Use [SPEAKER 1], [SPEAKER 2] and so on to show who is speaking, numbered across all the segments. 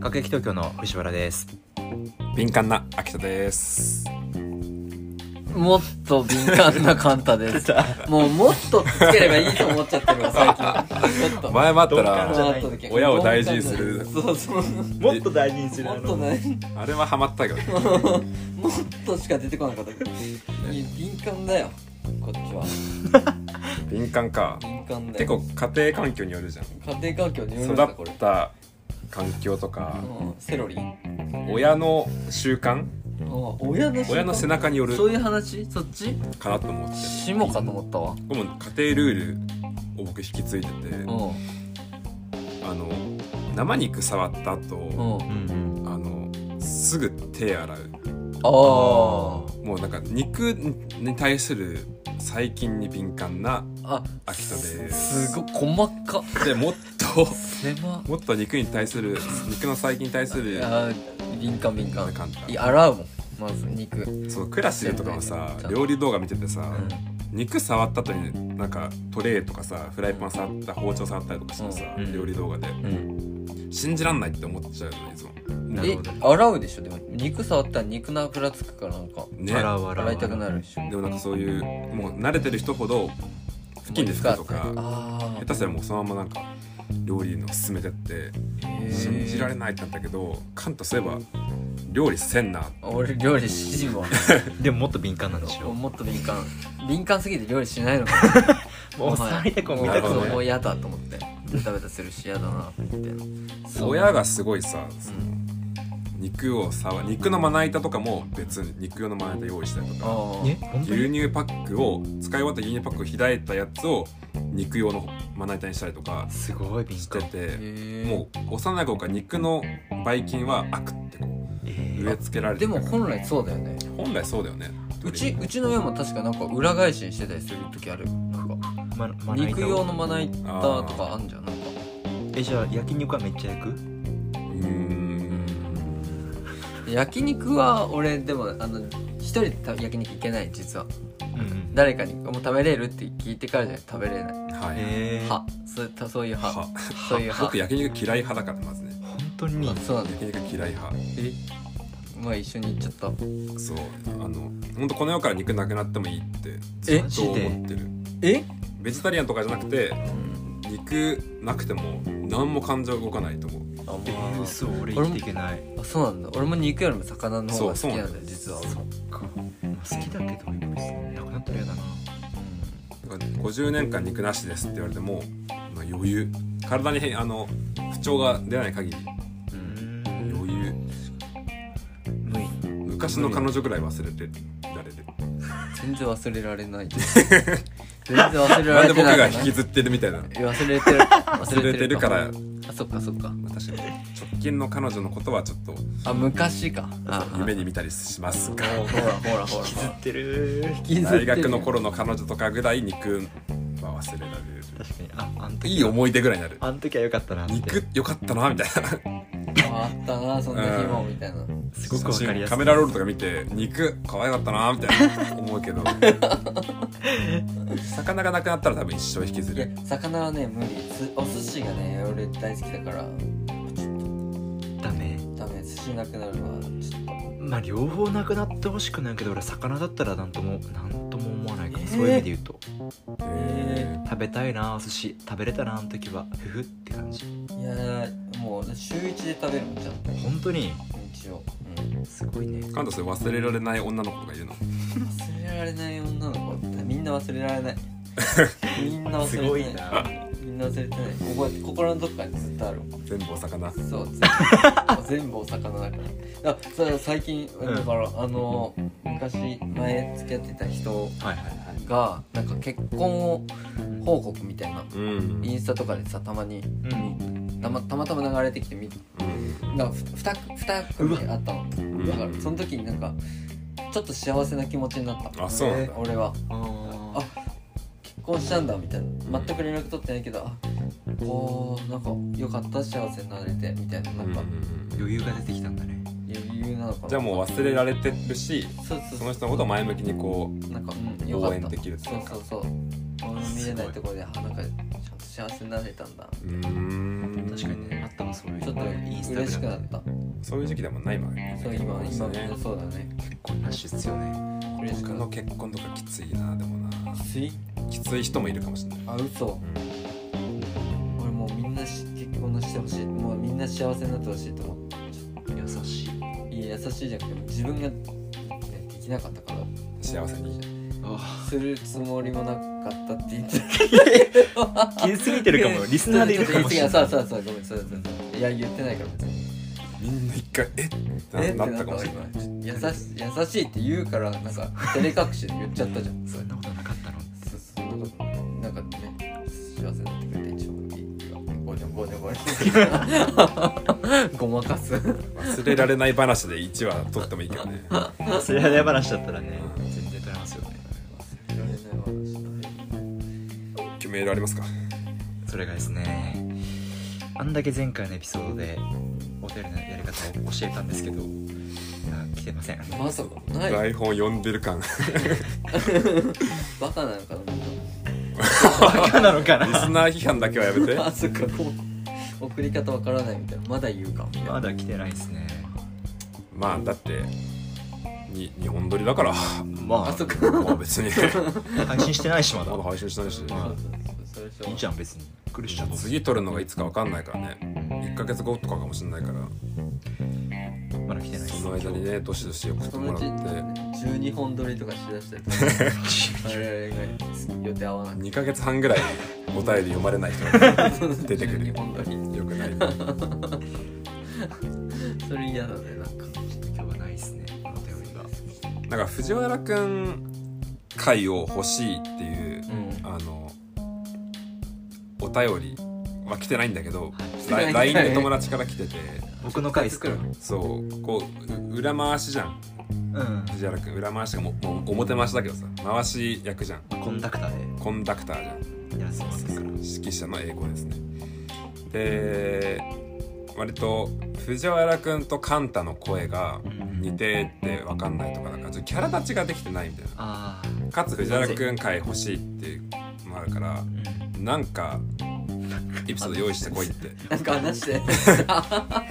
[SPEAKER 1] 各駅東京の藤原です
[SPEAKER 2] 敏感な秋田です。
[SPEAKER 3] もっと敏感なカン タです。もうもっとつければいいと思っちゃってるわ、最近。ちょっと。
[SPEAKER 2] 前もあった
[SPEAKER 1] どう
[SPEAKER 3] ち
[SPEAKER 1] か
[SPEAKER 2] ら、
[SPEAKER 3] ょっとだけ
[SPEAKER 2] 親を大事にする
[SPEAKER 3] そうそう。も
[SPEAKER 1] もっと大事にするあ
[SPEAKER 3] っ
[SPEAKER 1] の
[SPEAKER 3] とね、
[SPEAKER 2] あれはハマったけどね、
[SPEAKER 3] もっとしか出てこなかったけど。敏感だよ、こっちは。
[SPEAKER 2] 敏感か。
[SPEAKER 3] 敏感だ
[SPEAKER 2] 結
[SPEAKER 3] よ
[SPEAKER 2] 構。家庭環境によるじゃん。
[SPEAKER 3] 家庭環境によるん
[SPEAKER 2] 育
[SPEAKER 3] だ、これ
[SPEAKER 2] っ。た環境とか、
[SPEAKER 3] うんセロリ。
[SPEAKER 2] 親の習慣
[SPEAKER 3] あ親の
[SPEAKER 2] 親の背中による
[SPEAKER 3] そういう話そっち
[SPEAKER 2] かなと思って。
[SPEAKER 3] しもかと思ったわ。
[SPEAKER 2] これも家庭ルールを僕引き継いでて、
[SPEAKER 3] う
[SPEAKER 2] あの、生肉触った後、
[SPEAKER 3] ん。うん。
[SPEAKER 1] うん
[SPEAKER 2] あの、すぐ手洗う。
[SPEAKER 3] あ
[SPEAKER 2] もうなんか肉に対する細菌に敏感な
[SPEAKER 3] あ。あ、
[SPEAKER 2] 秋田です。
[SPEAKER 3] すごい、細か。
[SPEAKER 2] でもっと
[SPEAKER 3] 狭。
[SPEAKER 2] もっと肉に対する肉の細菌に対する
[SPEAKER 3] あー敏感敏感
[SPEAKER 2] 簡
[SPEAKER 3] い
[SPEAKER 2] 単
[SPEAKER 3] や洗うもんまず肉、うん、
[SPEAKER 2] そうクラシルとかもさ料理動画見ててさ、肉触った後になんかトレーとかさフライパン触った包丁触ったりとかしてさ、
[SPEAKER 1] うん
[SPEAKER 2] 料理動画で
[SPEAKER 3] うん、
[SPEAKER 2] 信じらんないって思っちゃうのいつも
[SPEAKER 1] なる
[SPEAKER 3] え
[SPEAKER 1] ほど
[SPEAKER 3] 洗うでしょでも肉触ったら肉の油つくからなんか
[SPEAKER 2] ね
[SPEAKER 1] 笑う笑う
[SPEAKER 3] 洗いたくなるでしょ
[SPEAKER 2] でもなんかそういうもう慣れてる人ほど付近で拭くとか
[SPEAKER 3] あ
[SPEAKER 2] 下手すらもうそのままなんか料理の進めてって
[SPEAKER 3] あ
[SPEAKER 2] 信じら れないってなったけどカンタそういえば料理せんなって
[SPEAKER 3] 俺料理しんわ
[SPEAKER 1] でももっと敏感なんでしょ
[SPEAKER 3] もっと敏感敏感すぎて料理しないのか
[SPEAKER 1] もう触りたくも
[SPEAKER 3] も
[SPEAKER 1] 見
[SPEAKER 2] な
[SPEAKER 1] た
[SPEAKER 2] る
[SPEAKER 1] く
[SPEAKER 2] ほど
[SPEAKER 1] も
[SPEAKER 3] う
[SPEAKER 2] ね
[SPEAKER 3] もう嫌だと思ってベタベタするし嫌だなみたいなそう
[SPEAKER 2] 親がすごいさ、その肉をさ肉のまな板とかも別に肉用のまな板用意したりとか
[SPEAKER 3] あ
[SPEAKER 1] え
[SPEAKER 3] ー
[SPEAKER 1] 本当
[SPEAKER 2] 牛
[SPEAKER 1] に
[SPEAKER 2] 乳パックを使い終わった牛乳パックを開いたやつを肉用のまな板にしたりとか
[SPEAKER 1] すごい敏
[SPEAKER 2] して
[SPEAKER 1] 感
[SPEAKER 2] て
[SPEAKER 3] へー
[SPEAKER 2] もう幼い頃から肉のばい菌は悪ってこ
[SPEAKER 1] え
[SPEAKER 2] う
[SPEAKER 1] ー
[SPEAKER 2] 植え付けられて
[SPEAKER 3] で
[SPEAKER 2] る
[SPEAKER 3] も
[SPEAKER 2] から
[SPEAKER 3] 本来そうだよね
[SPEAKER 2] 本来そうだよね
[SPEAKER 3] うちうちの親も確かなんか裏返しにしてたりする時あるなんか
[SPEAKER 1] ままな板を
[SPEAKER 3] 肉用のまな板とかあんじゃんなんか
[SPEAKER 1] えじゃあ焼肉はめっちゃ焼く
[SPEAKER 2] うーん
[SPEAKER 3] 焼肉は俺でもあの一人で焼肉行けない実は
[SPEAKER 1] うん
[SPEAKER 3] 誰かに「もう食べれる?」って聞いてからじゃないと食べれな
[SPEAKER 2] は
[SPEAKER 3] い
[SPEAKER 2] い
[SPEAKER 1] えー
[SPEAKER 3] 派そうたそういう派
[SPEAKER 2] は
[SPEAKER 3] そういう
[SPEAKER 2] 僕
[SPEAKER 3] 派
[SPEAKER 2] 焼肉嫌い派だからねまずね
[SPEAKER 1] 本当に
[SPEAKER 3] あそうなんだ
[SPEAKER 2] 焼肉嫌い派
[SPEAKER 3] えまあ一緒に行っちゃった
[SPEAKER 2] そうあの本当この世から肉なくなってもいいってず
[SPEAKER 3] え
[SPEAKER 2] っと思ってる
[SPEAKER 3] え
[SPEAKER 2] ベジタリアンとかじゃなくて肉なくても何も感情が動かないと思う
[SPEAKER 3] あ、ま
[SPEAKER 1] えー、嘘俺生きていけない
[SPEAKER 3] あ、そうなんだ俺も肉よりも魚の方が好き
[SPEAKER 2] そうそう
[SPEAKER 3] な
[SPEAKER 2] なん
[SPEAKER 3] んだよ実は
[SPEAKER 1] かまあ好きだけど今別になくなったら嫌だな
[SPEAKER 2] だから50年間肉なしですって言われても、まあ、余裕体にへあの不調が出ない限り
[SPEAKER 3] う
[SPEAKER 1] うんん
[SPEAKER 2] 余裕
[SPEAKER 1] 無理
[SPEAKER 2] 昔の彼女ぐらい忘れてられる
[SPEAKER 3] 全然忘れら れない全然忘れ
[SPEAKER 2] な
[SPEAKER 3] ら
[SPEAKER 2] ん
[SPEAKER 3] れ
[SPEAKER 2] で
[SPEAKER 3] て
[SPEAKER 2] 僕
[SPEAKER 3] ない
[SPEAKER 2] が引きずってるみたいな
[SPEAKER 3] 忘れてる忘
[SPEAKER 2] 忘れてるから
[SPEAKER 3] もあそっかそっか
[SPEAKER 2] まあ確かに直近の彼女のことはちょっと
[SPEAKER 3] あ昔かあ
[SPEAKER 2] 夢に見たりしますが
[SPEAKER 3] ほらほらほら
[SPEAKER 1] 削ってる
[SPEAKER 2] 大学の頃の彼女とかぐらい肉は忘れられる
[SPEAKER 1] 確かにああん時はい
[SPEAKER 2] い思い出ぐらいになる
[SPEAKER 1] あん時は良かったなって
[SPEAKER 2] 肉良かったなみたいな
[SPEAKER 3] あったなそんな日もみたいな
[SPEAKER 1] すごくわかりやす
[SPEAKER 2] カ
[SPEAKER 1] い
[SPEAKER 2] メラロールとか見て肉可愛かったなみたいな思うけど魚がなくなったら多分一生引きず
[SPEAKER 3] いや
[SPEAKER 2] る
[SPEAKER 3] 魚はね無理すお寿司がね俺大好きだから
[SPEAKER 1] だね
[SPEAKER 3] ダメ寿司なくなるのはちょっと
[SPEAKER 1] まあ両方なくなってほしくないけど俺魚だったらなんともなんとも思わないかも、
[SPEAKER 3] えー
[SPEAKER 1] そういう意味で言うと
[SPEAKER 2] え
[SPEAKER 1] 食べたいな寿司食べれたなあの時はふふって感じ
[SPEAKER 3] いやーもう週一で食べるもんちゃんと
[SPEAKER 1] 本当に
[SPEAKER 3] 一応、うん、
[SPEAKER 1] すごいね
[SPEAKER 2] ー、カンタそれ忘れられない女の子がいるの
[SPEAKER 3] 忘れられない女の子ってみんな忘れら れないみんな忘れてない
[SPEAKER 1] すごいな
[SPEAKER 3] みんな忘れてないここ心のどっかにずっとある
[SPEAKER 2] 全部お魚
[SPEAKER 3] そう全部全部お魚だからあそれ最近
[SPEAKER 1] ん
[SPEAKER 3] だから、あの昔前付き合ってた人
[SPEAKER 1] はいはい
[SPEAKER 3] がなんか結婚を報告みたいな
[SPEAKER 2] うん
[SPEAKER 3] インスタとかでさたまにたまたまたま流れてきてみなんかふ二組2組あったの
[SPEAKER 2] うん
[SPEAKER 3] だからその時になんかちょっと幸せな気持ちになった
[SPEAKER 2] あそうなんだ
[SPEAKER 3] 俺は
[SPEAKER 1] あ
[SPEAKER 3] 結婚したんだみたいな全く連絡取ってないけどあこうなんかよかった幸せになれてみたいななんか
[SPEAKER 2] うん
[SPEAKER 1] 余裕が出てきたんだね
[SPEAKER 3] 余裕なのかな
[SPEAKER 2] じゃあもう忘れられてるし
[SPEAKER 3] そうそう
[SPEAKER 2] そ
[SPEAKER 3] そ
[SPEAKER 2] の人のことを前向きにこ
[SPEAKER 3] うなんか、うん、よか
[SPEAKER 2] 応
[SPEAKER 3] っ
[SPEAKER 2] 援
[SPEAKER 3] た
[SPEAKER 2] できるって
[SPEAKER 3] そ
[SPEAKER 2] いう
[SPEAKER 3] う
[SPEAKER 2] か
[SPEAKER 3] そうそう俺の見れないところであなんかちゃんと幸せになれたんだ
[SPEAKER 2] ううーん
[SPEAKER 1] 確かにねあった
[SPEAKER 3] な
[SPEAKER 1] それ
[SPEAKER 3] ちょ
[SPEAKER 1] イン
[SPEAKER 3] っと
[SPEAKER 1] スタグラム
[SPEAKER 3] 嬉しくなった
[SPEAKER 2] そういう時期でもんないもんね
[SPEAKER 3] そう今
[SPEAKER 2] 結婚
[SPEAKER 3] 今
[SPEAKER 2] ね
[SPEAKER 3] そうだね
[SPEAKER 1] こんなしっすよね
[SPEAKER 3] 嬉しく
[SPEAKER 2] 僕
[SPEAKER 3] な
[SPEAKER 2] の
[SPEAKER 3] っ
[SPEAKER 2] 結婚とかきついなでもな
[SPEAKER 3] たスイ
[SPEAKER 2] きつい人もいるかもしれない
[SPEAKER 3] あ嘘俺もうみんなし結婚してほしいもうみんな幸せになってほしいと思
[SPEAKER 1] 優しい
[SPEAKER 3] っていや優しいじゃなくてもう自分がねできなかったから
[SPEAKER 2] 幸せに
[SPEAKER 1] あ
[SPEAKER 3] するつもりもなかったって言って
[SPEAKER 1] あ消えすぎてるかもリスナーでいるかもしれない
[SPEAKER 3] ちょっと言い過ぎそうそうそうごめんそうそうそういや言ってないから別に
[SPEAKER 2] みんな一回えっ
[SPEAKER 3] え
[SPEAKER 2] てなったかもしれない
[SPEAKER 3] 優し優しいって言うからなんか照れ隠しで言っちゃったじゃん
[SPEAKER 1] そんなことなかったの
[SPEAKER 3] そそんなことないなんかね幸せになってくれて一番いいよごねんごねんごねんごまかす
[SPEAKER 2] 忘れられない話で1話取ってもいいけど ね
[SPEAKER 1] それはや話だったらね全然取れますよね
[SPEAKER 2] 決められますか
[SPEAKER 1] それがですねあんだけ前回のエピソードでお便りのやり方を教えたんですけどいや来てません
[SPEAKER 3] まさかない
[SPEAKER 2] 台本読んでる感リス
[SPEAKER 3] バカなのかな
[SPEAKER 1] バカなのかな
[SPEAKER 2] ナー批判だけはや めて
[SPEAKER 3] あそっかこう送り方わからないみたいなまだ言うかみたいな
[SPEAKER 1] まだ来てないですね
[SPEAKER 2] まあだってに日本撮りだから
[SPEAKER 1] ま
[SPEAKER 3] あそっか
[SPEAKER 2] まあ別に
[SPEAKER 1] 配信してないしまだ
[SPEAKER 2] まだ配信してないし
[SPEAKER 1] ま
[SPEAKER 3] それしょう
[SPEAKER 1] いいじゃん別に苦しちゃう
[SPEAKER 2] 次撮るのがいつか分かんないからね1ヶ月後とかかもしれないから
[SPEAKER 1] まだ来てないで
[SPEAKER 2] その間にねどしどし送って
[SPEAKER 3] 友
[SPEAKER 2] もらっ
[SPEAKER 3] 達
[SPEAKER 2] て
[SPEAKER 3] 12本撮りとかしだした りとか我々が予定合わなくて
[SPEAKER 2] 2ヶ月半ぐらいお便り読まれない人が出てくる
[SPEAKER 3] 12本撮り
[SPEAKER 2] よくない
[SPEAKER 3] それ嫌だねなんか
[SPEAKER 1] 今日はないですねお便りが
[SPEAKER 2] なんか藤原くん回を欲しいっていう、
[SPEAKER 3] うん
[SPEAKER 2] あのお便りは来てないんだけど
[SPEAKER 3] てない
[SPEAKER 2] LINE
[SPEAKER 3] ね
[SPEAKER 2] で友達から来てて
[SPEAKER 1] 僕の回ですか
[SPEAKER 2] そうこうう裏回しじゃん
[SPEAKER 1] うん
[SPEAKER 2] 藤原くん裏回しがもうもう表回しだけどさ回し役じゃん
[SPEAKER 1] コンダクター
[SPEAKER 2] コンダクターじゃん
[SPEAKER 1] でやらせてもらってるから
[SPEAKER 2] 指揮者の英語ですねで割と藤原くんとカンタの声が似てって分かんないとかなんかちょっとキャラ立ちができてないみたいな
[SPEAKER 1] あ
[SPEAKER 2] かつ藤原くん回欲しいっていうのもあるから
[SPEAKER 1] あ
[SPEAKER 2] なんかエピソード用意してこいって
[SPEAKER 3] なんか話して
[SPEAKER 2] エ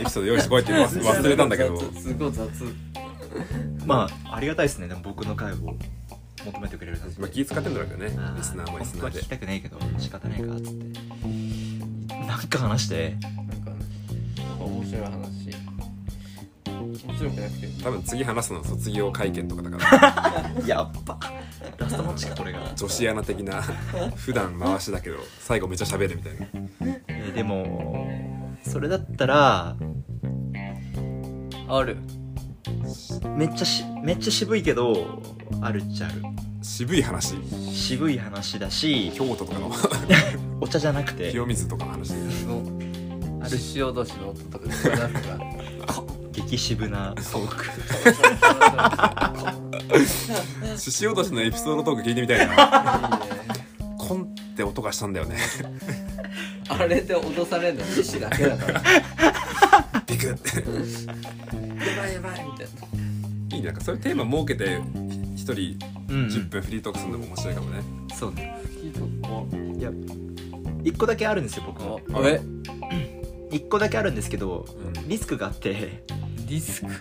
[SPEAKER 2] ピソード用意してこいって忘忘れたんだけど
[SPEAKER 3] 雑すごい雑
[SPEAKER 1] まあありがたいですねでも僕の回を求めてくれるなんて
[SPEAKER 2] まあ気使ってんだろうけどね
[SPEAKER 1] あー
[SPEAKER 2] リスナーもリスナ
[SPEAKER 1] 本
[SPEAKER 2] ー
[SPEAKER 1] 当は聞
[SPEAKER 2] で
[SPEAKER 1] きたくないけど仕方ないかっつってなんか話して
[SPEAKER 3] なんかね面白い話面白くなくて
[SPEAKER 2] 多分次話すのは卒業会見とかだか ら
[SPEAKER 1] やっぱラストマッチかこれが、
[SPEAKER 2] 女子アナ的な普段回しだけど最後めっちゃ喋るみたいな
[SPEAKER 1] えーでもそれだったら
[SPEAKER 3] ある
[SPEAKER 1] めっちゃしめっちゃ渋いけどあるっちゃある
[SPEAKER 2] 渋い話
[SPEAKER 1] 渋い話だし
[SPEAKER 2] 京都とかの
[SPEAKER 1] お茶じゃなくて
[SPEAKER 2] 清水とかの話
[SPEAKER 3] ある塩落しの音とか聞こえなくなる
[SPEAKER 1] 激渋なトーク
[SPEAKER 2] 獅子落としのエピソードトーク聞いてみたいな
[SPEAKER 3] いいね
[SPEAKER 2] コンって音がしたんだよね
[SPEAKER 3] あれで脅されるの獅子だけだからや
[SPEAKER 2] ビクッ
[SPEAKER 3] ばいやばいみたい
[SPEAKER 2] いいねなんかそういうテーマ設けて一人
[SPEAKER 1] うん、うん、
[SPEAKER 2] 10分フリートークするのも面白いかもね、
[SPEAKER 1] そうね
[SPEAKER 3] ない
[SPEAKER 1] や1個だけあるんですよ僕も
[SPEAKER 3] あえ
[SPEAKER 1] 1個だけあるんですけど
[SPEAKER 2] うん
[SPEAKER 1] リスクがあって
[SPEAKER 3] リスク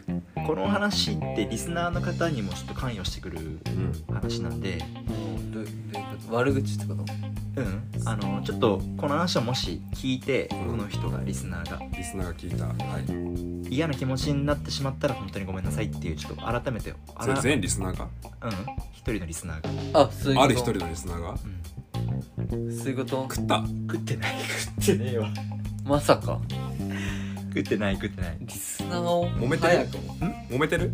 [SPEAKER 1] この話ってリスナーの方にもちょっと関与してくる話なんで
[SPEAKER 3] どういうこと悪口ってこと
[SPEAKER 1] うんあのちょっとこの話をもし聞いてこ
[SPEAKER 2] うん
[SPEAKER 1] の人がリスナーが
[SPEAKER 2] リスナーが聞いた、はい、
[SPEAKER 1] 嫌な気持ちになってしまったら本当にごめんなさいっていうちょっと改めてあ
[SPEAKER 2] それ
[SPEAKER 1] ら
[SPEAKER 2] 全リスナーが
[SPEAKER 1] うん一人のリスナーが、
[SPEAKER 3] あそういうこと
[SPEAKER 2] ある一人のリスナーが
[SPEAKER 1] うん、
[SPEAKER 3] そういうこと
[SPEAKER 2] 食った
[SPEAKER 1] 食ってない食ってねえわ
[SPEAKER 3] まさか
[SPEAKER 1] 食ってない食ってない
[SPEAKER 3] リスナーを
[SPEAKER 2] 揉めてる
[SPEAKER 3] 早くも
[SPEAKER 2] 揉めてる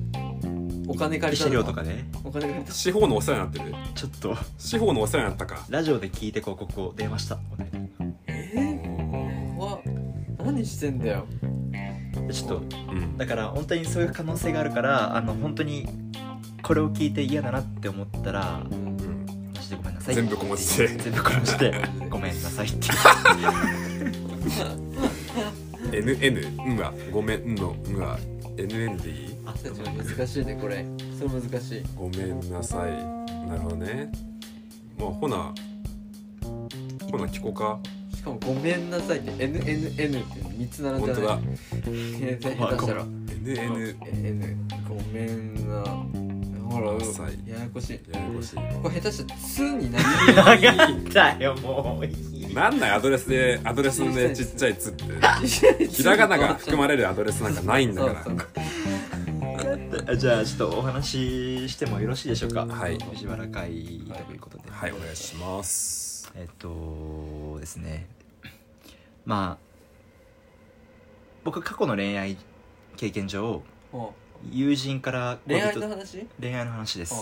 [SPEAKER 3] お金借りた
[SPEAKER 1] 資
[SPEAKER 3] の
[SPEAKER 1] 料とかね
[SPEAKER 3] お金借りた
[SPEAKER 2] 司法のお世話になってる
[SPEAKER 1] ちょっと
[SPEAKER 2] 司法のお世話になったか
[SPEAKER 1] ラジオで聞いて広告を出ましたみたい
[SPEAKER 3] え
[SPEAKER 2] う
[SPEAKER 3] ー、怖っ何してんだよ
[SPEAKER 1] なちょっと
[SPEAKER 2] ん
[SPEAKER 1] だから本当にそういう可能性があるからあの本当にこれを聞いて嫌だなって思ったら
[SPEAKER 2] うん
[SPEAKER 1] マジでごめんなさい
[SPEAKER 2] 全部小文字で
[SPEAKER 1] 全部殺してごめんなさいって
[SPEAKER 2] NN うんはごめんのうんは NN でいい
[SPEAKER 1] あ
[SPEAKER 3] ちょっと難しいねこれそれ難しい
[SPEAKER 2] ごめんなさいなるほどねまあほなほな聞こうか
[SPEAKER 3] 聞しかも「ごめんなさい」って「NNN」って3つ並ん
[SPEAKER 2] 本
[SPEAKER 3] で
[SPEAKER 2] 当
[SPEAKER 3] な
[SPEAKER 2] だ
[SPEAKER 3] い全然下手したら
[SPEAKER 2] NN
[SPEAKER 3] N ごめんなほらう
[SPEAKER 2] なさい
[SPEAKER 3] ややこしい
[SPEAKER 2] ややこしい
[SPEAKER 3] これ下手したら「つ」になる
[SPEAKER 1] わかったよもういい
[SPEAKER 2] なんないアドレスでアドレスのねちっちゃい「つ」って ひらがなが含まれるアドレスなんかないんだから
[SPEAKER 3] そうそう
[SPEAKER 1] あじゃあちょっとお話ししてもよろしいでしょうか
[SPEAKER 2] はい
[SPEAKER 1] 藤原会ということで
[SPEAKER 2] はいお願いします
[SPEAKER 1] えっとですねまあ僕過去の恋愛経験上
[SPEAKER 3] も
[SPEAKER 1] 友人から
[SPEAKER 3] う恋愛の
[SPEAKER 1] 恋人
[SPEAKER 3] 話うん
[SPEAKER 1] 恋愛の話です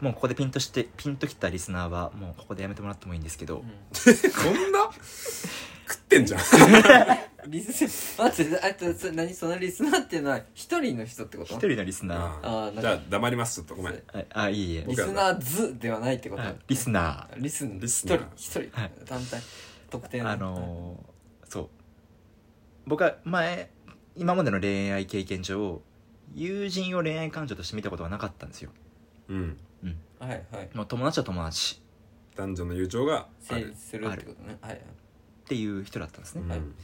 [SPEAKER 1] もうここでピンとしてピンときたリスナーはもうここでやめてもらってもいいんですけど
[SPEAKER 2] こんな食ってんじゃん
[SPEAKER 3] うんリス待ってあとそ何そのリスナーっていうのは一人の人ってこ
[SPEAKER 1] 一
[SPEAKER 3] と
[SPEAKER 1] 人のリスナ
[SPEAKER 2] あ
[SPEAKER 3] あーなん
[SPEAKER 2] ー
[SPEAKER 3] か
[SPEAKER 2] じゃあ黙りますちょっとごめん
[SPEAKER 1] ーああいいえ
[SPEAKER 3] リスナーズではないってこと
[SPEAKER 1] あリスナ
[SPEAKER 3] リスン
[SPEAKER 2] リ
[SPEAKER 3] 一
[SPEAKER 2] スナ
[SPEAKER 3] 人
[SPEAKER 2] ー
[SPEAKER 3] 一人
[SPEAKER 1] はい
[SPEAKER 3] 単体特定
[SPEAKER 1] ー
[SPEAKER 3] の
[SPEAKER 1] あのーそう僕は前今までの恋愛経験上友人を恋愛感情として見たことはなかったんですよ
[SPEAKER 2] うん
[SPEAKER 3] はいはい
[SPEAKER 1] もう友達は友達
[SPEAKER 2] 男女の友情があ
[SPEAKER 3] 成
[SPEAKER 2] る
[SPEAKER 3] 立するってことねはい
[SPEAKER 1] っていう人だったんです
[SPEAKER 2] う
[SPEAKER 1] ね、
[SPEAKER 2] ん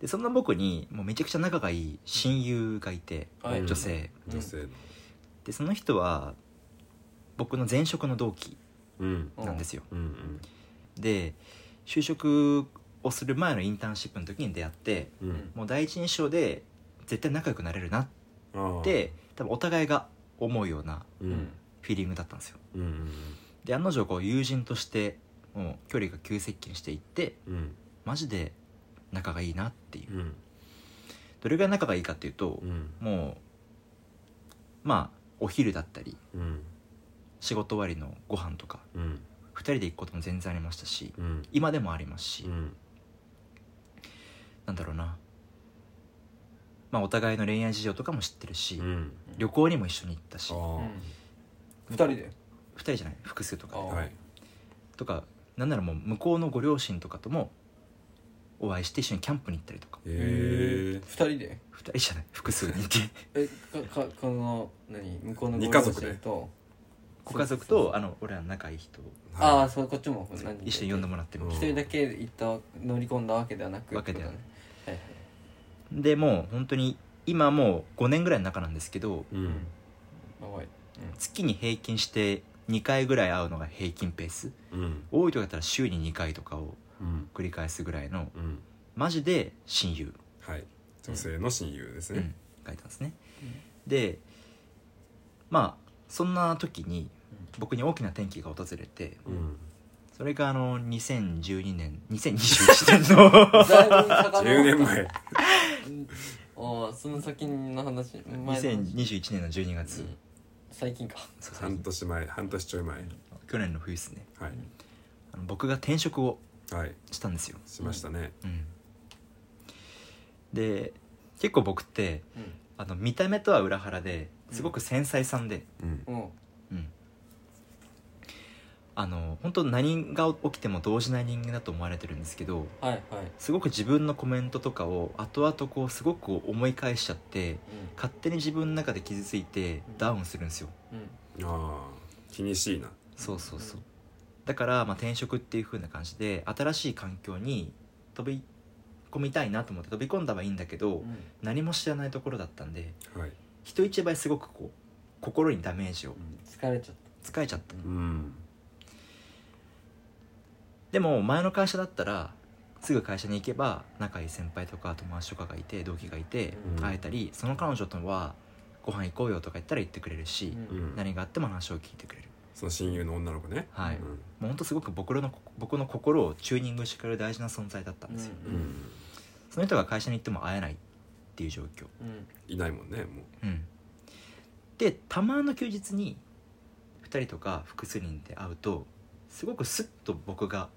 [SPEAKER 1] でそんな僕にもうめちゃくちゃ仲がいい親友がいて、
[SPEAKER 3] はい
[SPEAKER 1] 女性
[SPEAKER 2] 女性の
[SPEAKER 1] でその人は僕の前職の同期
[SPEAKER 2] うん
[SPEAKER 1] なんですよ、
[SPEAKER 2] うんうん
[SPEAKER 1] で就職をする前のインターンシップの時に出会って
[SPEAKER 2] う
[SPEAKER 3] うん
[SPEAKER 1] もう第一印象で絶対仲良くなれるなっ
[SPEAKER 2] あー
[SPEAKER 1] て多分お互いが思うような
[SPEAKER 2] う
[SPEAKER 3] うん
[SPEAKER 2] ん
[SPEAKER 1] フィーリングだったんですよ
[SPEAKER 2] うん
[SPEAKER 1] で案の定こう友人としてもう距離が急接近していって
[SPEAKER 2] うん
[SPEAKER 1] マジで仲がいいなっていう
[SPEAKER 2] うん
[SPEAKER 1] どれぐらい仲がいいかっていうと
[SPEAKER 2] うんうん
[SPEAKER 1] もうまあお昼だったり
[SPEAKER 2] うん
[SPEAKER 1] 仕事終わりのご飯とか
[SPEAKER 2] うん
[SPEAKER 1] 2人で行くことも全然ありましたし
[SPEAKER 2] うん
[SPEAKER 1] 今でもありますし、
[SPEAKER 2] うん
[SPEAKER 1] なんだろうなまあお互いの恋愛事情とかも知ってるし、
[SPEAKER 2] うん
[SPEAKER 1] 旅行にも一緒に行ったし
[SPEAKER 2] あ
[SPEAKER 3] う
[SPEAKER 2] あ
[SPEAKER 3] ん二人で
[SPEAKER 1] 2人じゃない複数とか
[SPEAKER 3] あ
[SPEAKER 1] で
[SPEAKER 3] ー
[SPEAKER 2] はい
[SPEAKER 1] とかなんならもう向こうのご両親とかともお会いして一緒にキャンプに行ったりとか
[SPEAKER 2] へえ
[SPEAKER 3] 二人で
[SPEAKER 1] 2人じゃない複数人 で
[SPEAKER 3] えかかこの何向こうの
[SPEAKER 2] 二
[SPEAKER 3] ご
[SPEAKER 2] 家
[SPEAKER 3] 両
[SPEAKER 2] 族で
[SPEAKER 3] 親と
[SPEAKER 1] ご家族
[SPEAKER 3] そうそうそう
[SPEAKER 1] とあの俺らの仲いい人を
[SPEAKER 3] ああ
[SPEAKER 2] あ
[SPEAKER 3] そうこっちも何人
[SPEAKER 1] 一緒に呼んでもらってる
[SPEAKER 2] うん
[SPEAKER 3] 一人だけ行った乗り込んだわけではなく
[SPEAKER 1] わけではない
[SPEAKER 3] いはい
[SPEAKER 1] でもう本当に今もう5年ぐらいの仲なんですけど
[SPEAKER 2] うん
[SPEAKER 3] はいはい
[SPEAKER 1] 月に平均して2回ぐらい会うのが平均ペース
[SPEAKER 2] うん
[SPEAKER 1] 多い時だったら週に2回とかを
[SPEAKER 2] うん
[SPEAKER 1] 繰り返すぐらいの
[SPEAKER 2] うん
[SPEAKER 1] マジで親友
[SPEAKER 2] はい女性の親友です
[SPEAKER 1] う
[SPEAKER 2] ね
[SPEAKER 1] ん書いたんですね、でまあそんな時に僕に大きな転機が訪れて
[SPEAKER 2] うん
[SPEAKER 1] それがあの2012年2021年 の
[SPEAKER 3] だいぶ
[SPEAKER 2] 10
[SPEAKER 3] 遡
[SPEAKER 2] 年
[SPEAKER 3] っ
[SPEAKER 2] 前
[SPEAKER 3] たああその先の話前の話
[SPEAKER 1] 2021年の12月、
[SPEAKER 3] うん最近か
[SPEAKER 1] そう最
[SPEAKER 2] 半
[SPEAKER 1] 近
[SPEAKER 2] 年前半年ちょい前
[SPEAKER 1] 去年の冬ですね
[SPEAKER 2] は
[SPEAKER 1] あの僕が転職を
[SPEAKER 2] いはい
[SPEAKER 1] したんですよ、
[SPEAKER 2] しましたね
[SPEAKER 1] うんで結構僕って
[SPEAKER 3] うん
[SPEAKER 1] あの見た目とは裏腹ですごく繊細さんで、
[SPEAKER 2] うん
[SPEAKER 3] うん
[SPEAKER 1] うんあの本当何が起きても動じない人間だと思われてるんですけど
[SPEAKER 3] はいはい
[SPEAKER 1] すごく自分のコメントとかを後々こうすごく思い返しちゃって勝手に自分の中で傷ついてダウンするんですよ
[SPEAKER 3] うんうん
[SPEAKER 2] ああ気にしいな
[SPEAKER 1] そうそうそうだからまあ転職っていう風な感じで新しい環境に飛び込みたいなと思って飛び込んだはいいんだけど
[SPEAKER 3] うん
[SPEAKER 1] 何も知らないところだったんで
[SPEAKER 2] はい
[SPEAKER 1] 人一倍すごくこう心にダメージを
[SPEAKER 3] 疲れちゃっ
[SPEAKER 1] 使えちゃった
[SPEAKER 2] うん
[SPEAKER 1] でも前の会社だったらすぐ会社に行けば仲いい先輩とか友達とかがいて同期がいて
[SPEAKER 2] うん
[SPEAKER 1] 会えたりその彼女とはご飯行こうよとか言ったら言ってくれる
[SPEAKER 3] た
[SPEAKER 1] し
[SPEAKER 3] うん
[SPEAKER 2] うん
[SPEAKER 1] 何があっても話を聞いてくれる
[SPEAKER 2] その親友の女の子ね
[SPEAKER 1] はい
[SPEAKER 2] うん
[SPEAKER 1] もうほんとすごく僕らの僕の心をチューニングしてくれる大事な存在だったんですよ
[SPEAKER 3] うん
[SPEAKER 2] うん
[SPEAKER 1] その人が会社に行っても会えないっていう状況
[SPEAKER 3] うん
[SPEAKER 2] いないもんねも
[SPEAKER 1] うんでたまの休日に2人とか複数人で会うとすごくスッと僕が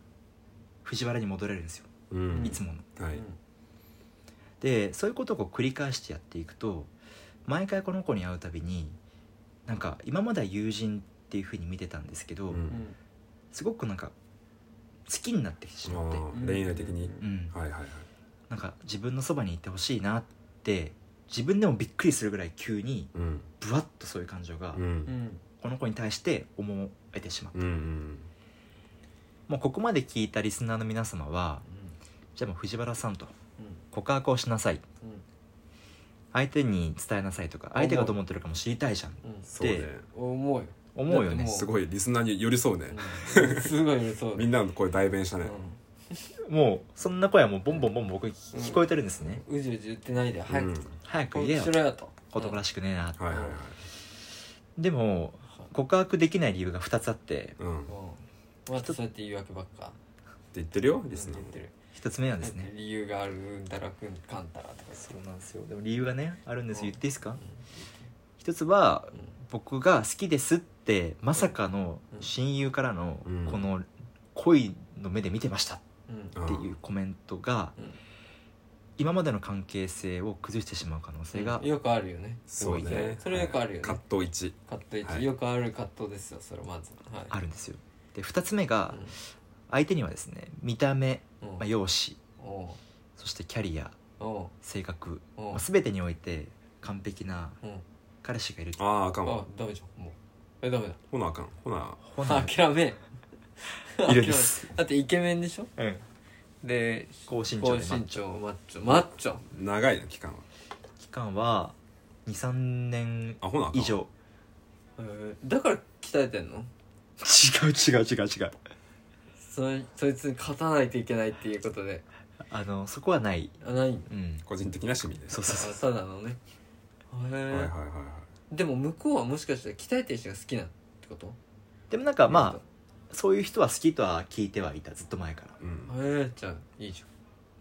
[SPEAKER 1] 藤原に戻れるんですよ
[SPEAKER 2] ううん
[SPEAKER 1] いつもの
[SPEAKER 2] は
[SPEAKER 3] う
[SPEAKER 2] い
[SPEAKER 3] ん
[SPEAKER 1] でそういうことをこう繰り返してやっていくと毎回この子に会うたびになんか今までは友人っていうふうに見てたんですけど、
[SPEAKER 2] うん
[SPEAKER 1] すごくなんか好きになってきてし
[SPEAKER 2] あ
[SPEAKER 1] まって、
[SPEAKER 2] ー
[SPEAKER 3] うん
[SPEAKER 2] 恋愛的に
[SPEAKER 1] うん、
[SPEAKER 2] はいはいはい
[SPEAKER 1] なんか自分のそばにいてほしいなって自分でもびっくりするぐらい急に
[SPEAKER 2] うん
[SPEAKER 1] ブワッとそういう感情が
[SPEAKER 2] う
[SPEAKER 3] うんん
[SPEAKER 1] この子に対して思えてしまう
[SPEAKER 2] うんうん
[SPEAKER 1] もうここまで聞いたリスナーの皆様はじゃあもう藤原さんと告白をしなさい相手に伝えなさいとか相手がどう思ってるかも知りたいじゃん
[SPEAKER 2] そうね
[SPEAKER 3] 思うよ
[SPEAKER 1] 思うよ
[SPEAKER 3] だって
[SPEAKER 1] ね
[SPEAKER 3] もう
[SPEAKER 2] すごいリスナーに寄り添うね、
[SPEAKER 3] うんすごいそう
[SPEAKER 2] みんなの声代弁したね、
[SPEAKER 1] もうそんな声はもうボンボンボンボン僕聞聞こえてるんですね、
[SPEAKER 3] うんうじうじ言ってないで早
[SPEAKER 2] う
[SPEAKER 3] く
[SPEAKER 2] ん
[SPEAKER 1] 早く
[SPEAKER 3] 告
[SPEAKER 1] 言え
[SPEAKER 3] 白
[SPEAKER 1] よ
[SPEAKER 3] しろよと
[SPEAKER 1] 男らしくねえな、
[SPEAKER 2] はいはいはい
[SPEAKER 1] でも告白できない理由が2つあって
[SPEAKER 2] うんって
[SPEAKER 3] うんまたそうやって言い訳ばっか
[SPEAKER 2] 言ってるよリスナー
[SPEAKER 3] 言っ
[SPEAKER 2] も
[SPEAKER 3] てる
[SPEAKER 1] 1つ目はですね
[SPEAKER 3] 理由があるうんだらくんかんたらとか
[SPEAKER 1] そうなんですよでも理由がねあるんです
[SPEAKER 3] うん
[SPEAKER 1] 言っていいですか一つは
[SPEAKER 3] うん
[SPEAKER 1] 僕が好きですってまさかの
[SPEAKER 3] うん
[SPEAKER 1] 親友からの
[SPEAKER 2] うん
[SPEAKER 1] この恋の目で見てましたっ
[SPEAKER 3] うん
[SPEAKER 2] うん
[SPEAKER 1] ていうコメントが
[SPEAKER 3] うん
[SPEAKER 1] 今までの関係性を崩してしまう可能性が
[SPEAKER 3] よくあるよね
[SPEAKER 2] そうね
[SPEAKER 3] それよくあるよね
[SPEAKER 2] はい葛藤一
[SPEAKER 3] カット
[SPEAKER 2] は
[SPEAKER 3] 1
[SPEAKER 2] い
[SPEAKER 3] よくある葛藤ですよそれまずはい
[SPEAKER 1] あるんですよで二つ目が
[SPEAKER 3] うん
[SPEAKER 1] 相手にはですね見た目、
[SPEAKER 3] うん
[SPEAKER 1] まあ、容姿
[SPEAKER 3] おう
[SPEAKER 1] そしてキャリア
[SPEAKER 3] お
[SPEAKER 1] 性格、
[SPEAKER 3] う
[SPEAKER 1] ま
[SPEAKER 3] お
[SPEAKER 1] あ、全てにおいて完璧な
[SPEAKER 3] ううん
[SPEAKER 1] 彼氏がいる
[SPEAKER 2] あああかん
[SPEAKER 3] あ
[SPEAKER 2] わ
[SPEAKER 3] ダメじゃんもうえダメだ
[SPEAKER 2] ほなあかんほな
[SPEAKER 1] ほな
[SPEAKER 3] 諦め
[SPEAKER 1] いるです
[SPEAKER 3] 諦めだってイケメンでしょ
[SPEAKER 1] うん
[SPEAKER 3] で
[SPEAKER 1] 高身長
[SPEAKER 3] 高
[SPEAKER 1] で、まあ
[SPEAKER 3] 身長マッチョマッチョ
[SPEAKER 2] 長いね期間は
[SPEAKER 1] 期間は23年
[SPEAKER 2] あほなあかん
[SPEAKER 1] 以
[SPEAKER 2] わ
[SPEAKER 1] 上
[SPEAKER 3] えーだから鍛えてんの
[SPEAKER 1] 違う違う違う違う
[SPEAKER 3] そいそいつに勝たないといけないっていうことで
[SPEAKER 1] あのそこはない
[SPEAKER 3] あないん
[SPEAKER 1] うん
[SPEAKER 2] 個人的な趣味です
[SPEAKER 1] そうそうそう
[SPEAKER 3] あただのねへえ
[SPEAKER 2] はいはいはいはい
[SPEAKER 3] でも向こうはもしかしたら鍛えてる人が好きなってこと
[SPEAKER 1] でもなんかまあそういう人は好きとは聞いてはいたずっと前から
[SPEAKER 2] う
[SPEAKER 3] あ
[SPEAKER 2] ん
[SPEAKER 3] へえじゃあいいじ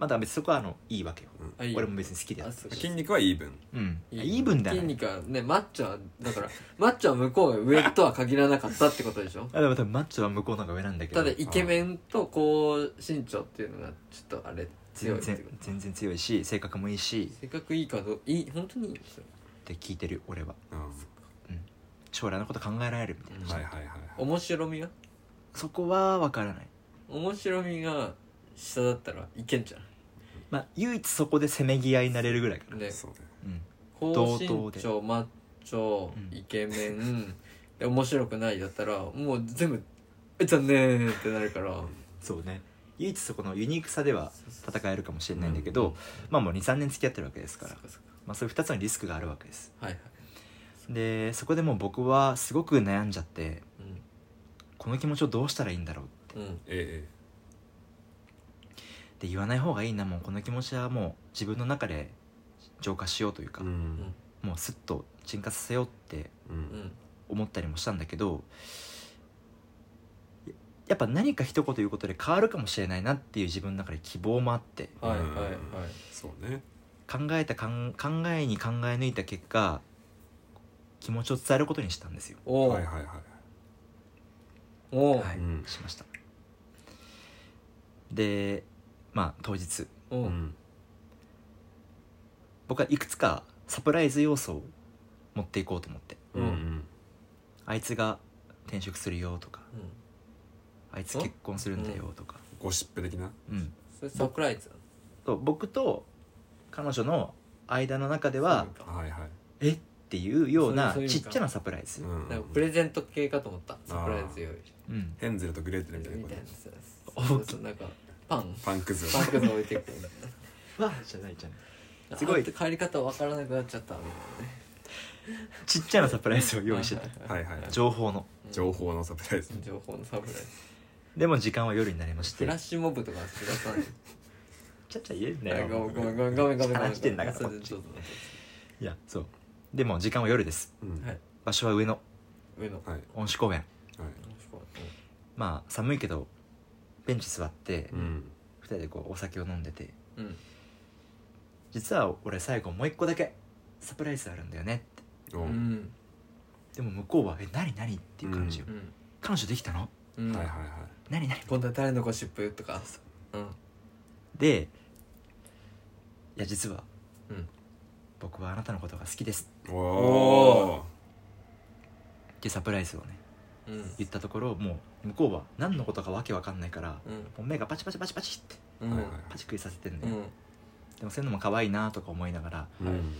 [SPEAKER 1] まあだから別にそこはあのいいわけよ
[SPEAKER 3] ゃんあいい
[SPEAKER 1] 俺も別に好きでや
[SPEAKER 3] あ
[SPEAKER 1] って
[SPEAKER 3] そう
[SPEAKER 2] 筋肉はイーブン
[SPEAKER 1] うんいい分だよ
[SPEAKER 3] 筋肉はねマッチョはだから マッチョは向こうが上とは限らなかったってことでしょ
[SPEAKER 1] あでも多分マッチョは向こうの方が上なんだけど
[SPEAKER 3] ただイケメンと高身長っていうのがちょっとあれ強い
[SPEAKER 1] 全
[SPEAKER 3] っ
[SPEAKER 1] 然
[SPEAKER 3] てこと
[SPEAKER 1] 全然強いし性格もいいし
[SPEAKER 3] 性格いいかどういい本当にいいそれ
[SPEAKER 1] って聞いてる俺は
[SPEAKER 2] うん
[SPEAKER 1] 将来のこと考えられるみたいな、
[SPEAKER 2] はいはいはいはい
[SPEAKER 3] 面白みが
[SPEAKER 1] そこは分からない
[SPEAKER 3] 面白みが下だったらいけんじゃ
[SPEAKER 1] まあ唯一そこでせめぎ合いになれるぐらいかな、
[SPEAKER 3] んで
[SPEAKER 2] そうね
[SPEAKER 1] うん、
[SPEAKER 3] 高身
[SPEAKER 1] 同等
[SPEAKER 3] 長マッチョ
[SPEAKER 1] うん
[SPEAKER 3] イケメンで面白くないだったらもう全部「え残念」ってなるから
[SPEAKER 1] そうね唯一そこのユニークさでは戦えるかもしれないんだけ
[SPEAKER 2] う
[SPEAKER 1] ど、まあもう23年付き合ってるわけです
[SPEAKER 3] そ
[SPEAKER 1] か
[SPEAKER 3] っ
[SPEAKER 1] ら
[SPEAKER 3] か、そっか
[SPEAKER 1] まあ、そういう2つのリスクがあるわけです
[SPEAKER 3] はいはい
[SPEAKER 1] でそこでもう僕はすごく悩んじゃってこの気持ちをどうしたらいいんだろうっ
[SPEAKER 3] うんうん
[SPEAKER 2] え
[SPEAKER 1] て言わない方がいいなもうこの気持ちはもう自分の中で浄化しようという
[SPEAKER 2] え
[SPEAKER 1] か、
[SPEAKER 2] えうん
[SPEAKER 1] もうスッと沈下させようって
[SPEAKER 2] う
[SPEAKER 3] うんん
[SPEAKER 1] 思ったりもしたんだけどややっぱ何か一言言うことで変わるかもしれないなっていう自分の中で希望もあって
[SPEAKER 3] はいはいはい
[SPEAKER 2] そうね
[SPEAKER 1] 考えたかん考えに考え抜いた結果気持ちを伝えることにしたんですよ
[SPEAKER 3] お
[SPEAKER 2] はい
[SPEAKER 3] ー
[SPEAKER 2] はいは
[SPEAKER 3] お
[SPEAKER 1] はい
[SPEAKER 3] ー
[SPEAKER 2] いうん
[SPEAKER 1] しましたでまあ当日
[SPEAKER 3] お
[SPEAKER 2] う
[SPEAKER 3] ー
[SPEAKER 2] ん
[SPEAKER 1] 僕はいくつかサプライズ要素を持っていこうと思って
[SPEAKER 2] うんうん
[SPEAKER 1] あいつが転職するよとか
[SPEAKER 3] うん
[SPEAKER 1] あいつ結婚するんだよとか
[SPEAKER 2] ゴシップ的な
[SPEAKER 1] うん
[SPEAKER 3] それサプライズ
[SPEAKER 1] と僕と彼女の間の中では
[SPEAKER 2] はいはい
[SPEAKER 1] えっていうような
[SPEAKER 3] そういう
[SPEAKER 1] ち
[SPEAKER 3] そうい
[SPEAKER 1] っ
[SPEAKER 3] うか
[SPEAKER 1] ちゃなサプライズ
[SPEAKER 2] うん
[SPEAKER 3] なんかプレゼント系かと思ったサプライズ用意
[SPEAKER 1] うん
[SPEAKER 2] ヘンゼルとグレーテルみたいな
[SPEAKER 3] み
[SPEAKER 2] こ
[SPEAKER 3] た
[SPEAKER 2] と
[SPEAKER 3] いなさ
[SPEAKER 1] お
[SPEAKER 3] そうそうなんかパン
[SPEAKER 2] パンくずを
[SPEAKER 3] パンくず置いてく
[SPEAKER 1] わじゃないじゃない
[SPEAKER 3] る
[SPEAKER 1] すごい
[SPEAKER 3] あ帰り方わからなくなっちゃったみたいなね
[SPEAKER 1] ちっちゃなサプライズを用意してた
[SPEAKER 2] はいはい
[SPEAKER 1] 情報の
[SPEAKER 2] 情報のサプライズ
[SPEAKER 3] 情報のサプライズ
[SPEAKER 1] でも時間は夜になりまし
[SPEAKER 3] フ
[SPEAKER 1] て
[SPEAKER 3] ラッシュモブとか知らさない
[SPEAKER 1] ちゃっちゃ言えん
[SPEAKER 3] ご
[SPEAKER 1] だ
[SPEAKER 3] めん
[SPEAKER 1] よ
[SPEAKER 3] ごめんごめんごめんごめん
[SPEAKER 1] 話してんだから
[SPEAKER 3] そう
[SPEAKER 1] こっち
[SPEAKER 3] どうぞ
[SPEAKER 1] いやそうでも時間は夜です
[SPEAKER 2] うん
[SPEAKER 3] はい
[SPEAKER 1] 場所は上野
[SPEAKER 3] 上野
[SPEAKER 2] はい
[SPEAKER 1] 恩賜公園
[SPEAKER 2] はい
[SPEAKER 1] まあ寒いけどベンチ座って
[SPEAKER 2] うん
[SPEAKER 1] 2人でこうお酒を飲んでて
[SPEAKER 3] うん
[SPEAKER 1] 実は俺最後もう一個だけサプライズあるんだよねっ
[SPEAKER 2] お
[SPEAKER 3] う
[SPEAKER 2] うん
[SPEAKER 1] てでも向こうは「え何何?」っていう感じよ、
[SPEAKER 3] うん
[SPEAKER 1] 彼女できたの
[SPEAKER 3] うん
[SPEAKER 2] はいはいはい
[SPEAKER 1] 何何
[SPEAKER 3] 今度は誰のゴシップとかうん
[SPEAKER 1] でいや実は、
[SPEAKER 3] うん
[SPEAKER 1] 僕はあなたのことが好きです
[SPEAKER 2] お
[SPEAKER 3] お
[SPEAKER 2] お
[SPEAKER 1] っていうサプライズをね
[SPEAKER 3] うん
[SPEAKER 1] 言ったところもう向こうは何のことかわけわかんないから、
[SPEAKER 3] うん
[SPEAKER 1] もう目がパチパチパチパチって
[SPEAKER 3] う
[SPEAKER 2] は
[SPEAKER 3] ん
[SPEAKER 2] いはい
[SPEAKER 1] パチ食いさせてん
[SPEAKER 3] う
[SPEAKER 1] だよ、
[SPEAKER 3] ん
[SPEAKER 1] でもそういうのも可愛いなとか思いながら
[SPEAKER 2] うん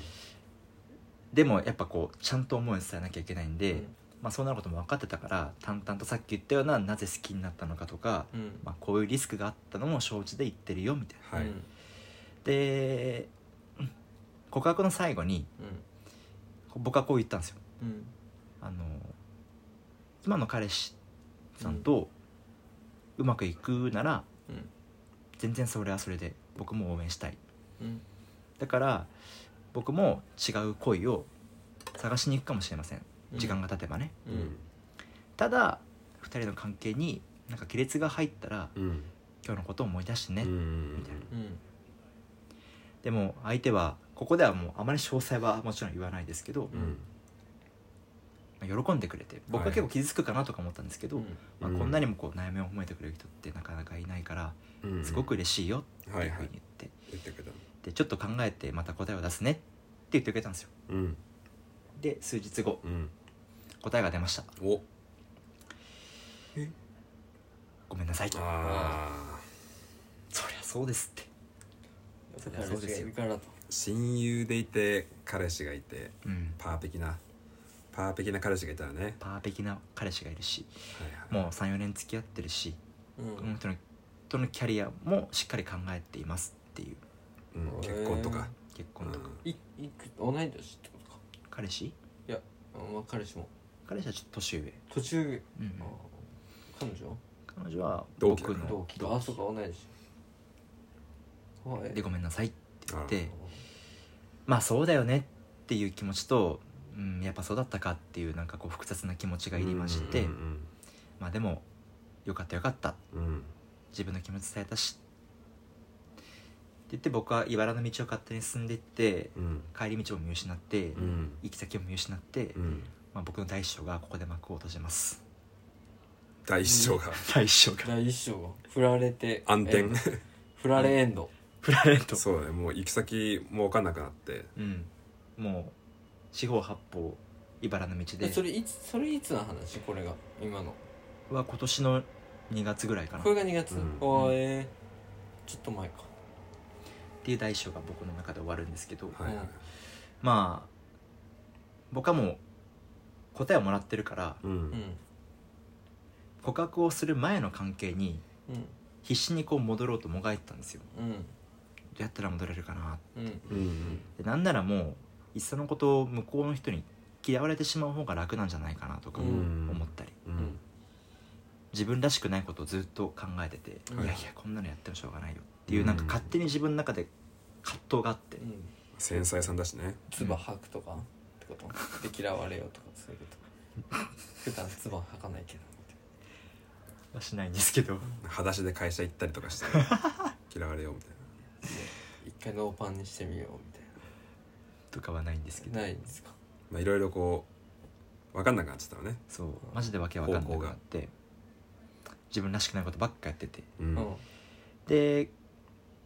[SPEAKER 1] でもやっぱこうちゃんと思いを伝えなきゃいけないんで、
[SPEAKER 3] うん
[SPEAKER 1] まあ、そうなることも分かってたから淡々とさっき言ったようななぜ好きになったのかとか、
[SPEAKER 3] うん
[SPEAKER 1] まあ、こういうリスクがあったのも承知で言ってるよみたいな。
[SPEAKER 2] はい、
[SPEAKER 1] でうん告白の最後に僕はこう言ったんですよ。
[SPEAKER 3] うん
[SPEAKER 1] あの今の彼氏さんとうまくいくなら
[SPEAKER 3] うん
[SPEAKER 1] 全然それはそれで僕も応援したい
[SPEAKER 3] うん
[SPEAKER 1] だから僕も違う恋を探しに行くかもしれません
[SPEAKER 3] うん
[SPEAKER 1] 時間が経てばね、
[SPEAKER 3] う
[SPEAKER 2] うんん
[SPEAKER 1] ただ2人の関係になんか亀裂が入ったら
[SPEAKER 2] うん
[SPEAKER 1] 今日のことを思い出してね、
[SPEAKER 2] うん
[SPEAKER 1] みたいな
[SPEAKER 3] うん
[SPEAKER 1] でも相手はここではもうあまり詳細はもちろん言わないですけど
[SPEAKER 2] う、ん
[SPEAKER 1] まあ喜んでくれて僕は結構傷つくかなとか思ったんですけど、まあ、
[SPEAKER 2] うん
[SPEAKER 1] こんなにもこう悩みを褒めてくれる人ってなかなかいないから
[SPEAKER 2] うん
[SPEAKER 1] すごく嬉しいよって
[SPEAKER 2] はいいう
[SPEAKER 1] ふう
[SPEAKER 2] は
[SPEAKER 1] に
[SPEAKER 2] い
[SPEAKER 1] 言って、
[SPEAKER 2] 言ってくれた
[SPEAKER 1] でちょっと考えてまた答えを出すねって言ってくれたんですよ
[SPEAKER 2] うん
[SPEAKER 1] で数日後
[SPEAKER 2] うん
[SPEAKER 1] 答えが出ました
[SPEAKER 2] お
[SPEAKER 1] ごめんなさいそりゃ
[SPEAKER 2] ああ
[SPEAKER 1] そうですって
[SPEAKER 3] そりゃそうですよからと
[SPEAKER 2] 親友でいて彼氏がいて
[SPEAKER 1] うん
[SPEAKER 2] パーペキなパーペキな彼氏がいたらね
[SPEAKER 1] パーペキな彼氏がいるし
[SPEAKER 2] はいはい
[SPEAKER 1] もう34年付き合ってるし
[SPEAKER 3] うん
[SPEAKER 1] この人のとのキャリアもしっかり考えていますっていう
[SPEAKER 2] うん結婚とか
[SPEAKER 1] 結婚とか、
[SPEAKER 2] うん
[SPEAKER 3] いいく同い年ってことか
[SPEAKER 1] 彼氏
[SPEAKER 3] いやうんまあ彼氏も
[SPEAKER 1] 彼氏はちょっと年上、
[SPEAKER 3] 途中
[SPEAKER 1] うん
[SPEAKER 3] あ彼女
[SPEAKER 1] 彼女は
[SPEAKER 2] 同期
[SPEAKER 1] 僕の
[SPEAKER 3] 同期あそうか同い年はい
[SPEAKER 1] でごめんなさいって言っ
[SPEAKER 2] あ
[SPEAKER 1] てまあそうだよねっていう気持ちと、うん、やっぱそうだったかっていうなんかこう複雑な気持ちが入りまして、
[SPEAKER 2] うん
[SPEAKER 1] まあでもよかったよかった
[SPEAKER 2] うんうん
[SPEAKER 1] 自分の気持ち伝えたしって言って僕は茨の道を勝手に進んでいって
[SPEAKER 2] うん
[SPEAKER 1] 帰り道を見失って、
[SPEAKER 2] うん
[SPEAKER 1] 行き先を見失って、
[SPEAKER 2] うん
[SPEAKER 1] まあ、僕の大師匠がここで幕を閉じます
[SPEAKER 2] 第一章が
[SPEAKER 1] 大師匠が
[SPEAKER 3] 第一章が振られて
[SPEAKER 2] 暗
[SPEAKER 3] え
[SPEAKER 2] 転
[SPEAKER 3] ー 振られエンド
[SPEAKER 1] 振られると
[SPEAKER 2] そうだねもう行き先も分かんなくなって
[SPEAKER 1] うんもう四方八方茨の道で
[SPEAKER 3] えそれいつそれいつの話これが今の
[SPEAKER 1] は今年の2月ぐらいかな
[SPEAKER 3] これ
[SPEAKER 1] っ
[SPEAKER 3] が2
[SPEAKER 2] う
[SPEAKER 3] 月、
[SPEAKER 2] ん
[SPEAKER 3] ああえーちょっと前か
[SPEAKER 1] ていう大師匠が僕の中で終わるんですけど、
[SPEAKER 2] はいはい
[SPEAKER 1] まあ僕はもう答えをもらってるから
[SPEAKER 2] う
[SPEAKER 3] うんん
[SPEAKER 1] 告白をする前の関係に
[SPEAKER 3] うん
[SPEAKER 1] 必死にこう戻ろうともがいてたんですよ
[SPEAKER 3] うん
[SPEAKER 1] どうやったら戻れるかな
[SPEAKER 3] うん
[SPEAKER 2] うん
[SPEAKER 1] でなんならもういっそのことを向こうの人に嫌われてしまう方が楽なんじゃないかなとか
[SPEAKER 3] うん
[SPEAKER 1] 思ったり、
[SPEAKER 2] うん
[SPEAKER 1] 自分らしくないことをずっと考えてて、
[SPEAKER 3] うん
[SPEAKER 1] いやいやこんなのやってもしょうがないよっていう、
[SPEAKER 2] うん
[SPEAKER 1] なんか勝手に自分の中で葛藤があって、
[SPEAKER 3] うん
[SPEAKER 2] 繊細さんだしね
[SPEAKER 3] 唾吐くとかってことで嫌われようとかそういうこと普段唾吐かないけど
[SPEAKER 1] はしないんですけど
[SPEAKER 2] 裸足で会社行ったりとかして嫌われようみたいな
[SPEAKER 3] 一回ノーパンにしてみようみたい
[SPEAKER 1] とかはないんですけど
[SPEAKER 3] なないんですか
[SPEAKER 2] まあいろいろこう分かんなくなっちゃったのね
[SPEAKER 1] そうマジでわけわかんな
[SPEAKER 2] 方向
[SPEAKER 1] く
[SPEAKER 2] が
[SPEAKER 1] なって自分らしくないことばっかやってて
[SPEAKER 2] うん
[SPEAKER 3] うん
[SPEAKER 1] で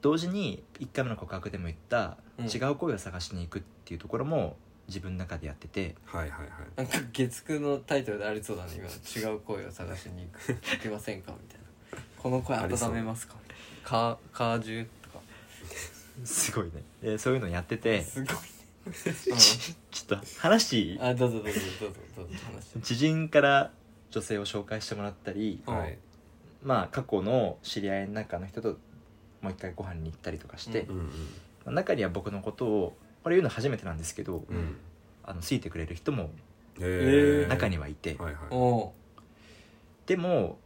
[SPEAKER 1] 同時に1回目の告白でも言った、
[SPEAKER 3] うん
[SPEAKER 1] 違う恋を探しに行くっていうところも自分の中でやってて
[SPEAKER 2] はいはいはい
[SPEAKER 3] なんか月9のタイトルでありそうだね今違う声を探しに行く行けませんかみたいなこの声
[SPEAKER 2] ありそう
[SPEAKER 3] 温めますかカーカージュとか
[SPEAKER 1] すごいねでそういうのやってて
[SPEAKER 3] すごいね、
[SPEAKER 1] ちちょっと話
[SPEAKER 3] うん、あどうぞどうぞどうぞどうぞ話して
[SPEAKER 1] 知人から女性を紹介してもらったり
[SPEAKER 3] うん
[SPEAKER 2] はい
[SPEAKER 1] まあ過去の知り合いの中の人ともう一回ご飯に行ったりとかして、
[SPEAKER 2] うんうん
[SPEAKER 1] まあ中には僕のことをこれ言うの初めてなんですけど、
[SPEAKER 2] うん
[SPEAKER 1] あの好いてくれる人も
[SPEAKER 2] へ
[SPEAKER 3] えー
[SPEAKER 1] 中に
[SPEAKER 2] は
[SPEAKER 1] はいて、
[SPEAKER 2] はいはい
[SPEAKER 3] おう
[SPEAKER 1] でも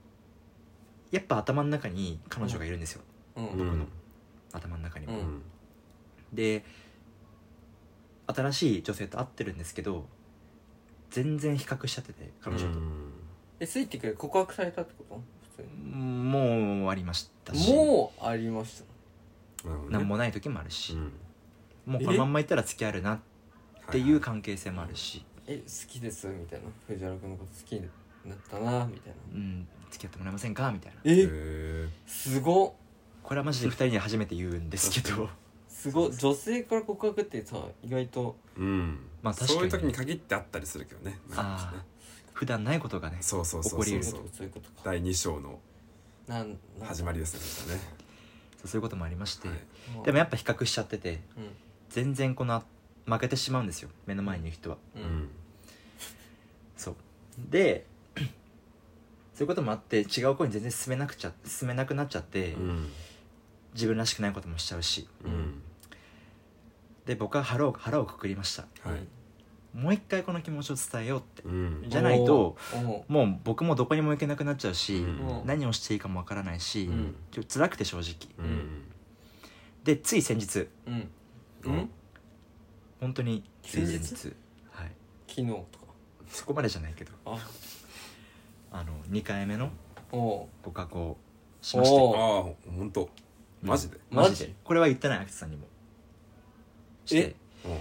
[SPEAKER 1] やっぱ頭の中に彼女がいるんですよ、
[SPEAKER 3] うん
[SPEAKER 2] う
[SPEAKER 3] うん
[SPEAKER 2] ん
[SPEAKER 1] 頭の中にも、
[SPEAKER 3] う
[SPEAKER 2] うんん
[SPEAKER 1] で新しい女性と会ってるんですけど全然比較しちゃってて彼女と、
[SPEAKER 3] えついてくれ告白されたってこと普通
[SPEAKER 1] もうありましたし
[SPEAKER 3] にもうありました
[SPEAKER 2] うん
[SPEAKER 1] 何
[SPEAKER 2] なるほどね
[SPEAKER 1] もない時もあるし、
[SPEAKER 2] うん
[SPEAKER 1] もうこのまんまいったら付き合えるなっていう関係性もあるし、
[SPEAKER 3] え好きですみたいな藤原君のこと好きになったなみたい
[SPEAKER 1] う
[SPEAKER 3] な
[SPEAKER 1] ん、付き合ってもらえませんかみたいな
[SPEAKER 2] はいはいへ
[SPEAKER 3] え
[SPEAKER 2] ー
[SPEAKER 3] すごっ
[SPEAKER 1] これはマジで2人に初めて言うんですけど
[SPEAKER 3] すごっ女性から告白ってさ意外と
[SPEAKER 2] うん
[SPEAKER 1] まあ確かに
[SPEAKER 2] そういう時に限ってあったりするけどね
[SPEAKER 1] あー
[SPEAKER 2] なんかね
[SPEAKER 1] 普段ないことがね
[SPEAKER 2] そうそうそ
[SPEAKER 1] 起
[SPEAKER 2] う
[SPEAKER 1] こり
[SPEAKER 2] そう
[SPEAKER 1] 得る
[SPEAKER 2] そう
[SPEAKER 3] そういうことか
[SPEAKER 2] 第二章の
[SPEAKER 3] なんなん
[SPEAKER 2] 始まりですねそしたね
[SPEAKER 1] そうそういうこともありまして、
[SPEAKER 2] はい
[SPEAKER 1] でもやっぱ比較しちゃってて
[SPEAKER 3] う
[SPEAKER 1] 全然この負けてしまうんですよ目の前にいる人は
[SPEAKER 3] ん
[SPEAKER 2] う
[SPEAKER 3] うん
[SPEAKER 2] ん
[SPEAKER 1] そうで そういうこともあって違う声に全然進めなくちゃ進めなくなっちゃって、
[SPEAKER 2] うん
[SPEAKER 1] 自分らしくないこともしちゃうし
[SPEAKER 2] うん
[SPEAKER 1] で僕は腹を腹をくくりました
[SPEAKER 2] はい
[SPEAKER 1] もう一回この気持ちを伝えようって
[SPEAKER 2] うん
[SPEAKER 1] じゃないと
[SPEAKER 3] おーお
[SPEAKER 1] もう僕もどこにも行けなくなっちゃうし、
[SPEAKER 2] うん
[SPEAKER 1] 何をしていいかもわからないし、
[SPEAKER 2] うん
[SPEAKER 1] ちょっと辛くて正直
[SPEAKER 2] うん
[SPEAKER 1] でつい先日
[SPEAKER 3] ーうん
[SPEAKER 2] うん
[SPEAKER 1] 本当に
[SPEAKER 3] 先日
[SPEAKER 1] はい、
[SPEAKER 3] 昨日とか
[SPEAKER 1] そこまでじゃないけど
[SPEAKER 3] あ
[SPEAKER 1] あの2回目の
[SPEAKER 3] おー
[SPEAKER 1] ご加工しまして
[SPEAKER 2] ああ
[SPEAKER 3] お
[SPEAKER 2] 本当マジで
[SPEAKER 1] マ
[SPEAKER 3] マ
[SPEAKER 1] ジ
[SPEAKER 3] ジ
[SPEAKER 1] でこれは言ってないアクセさんにもして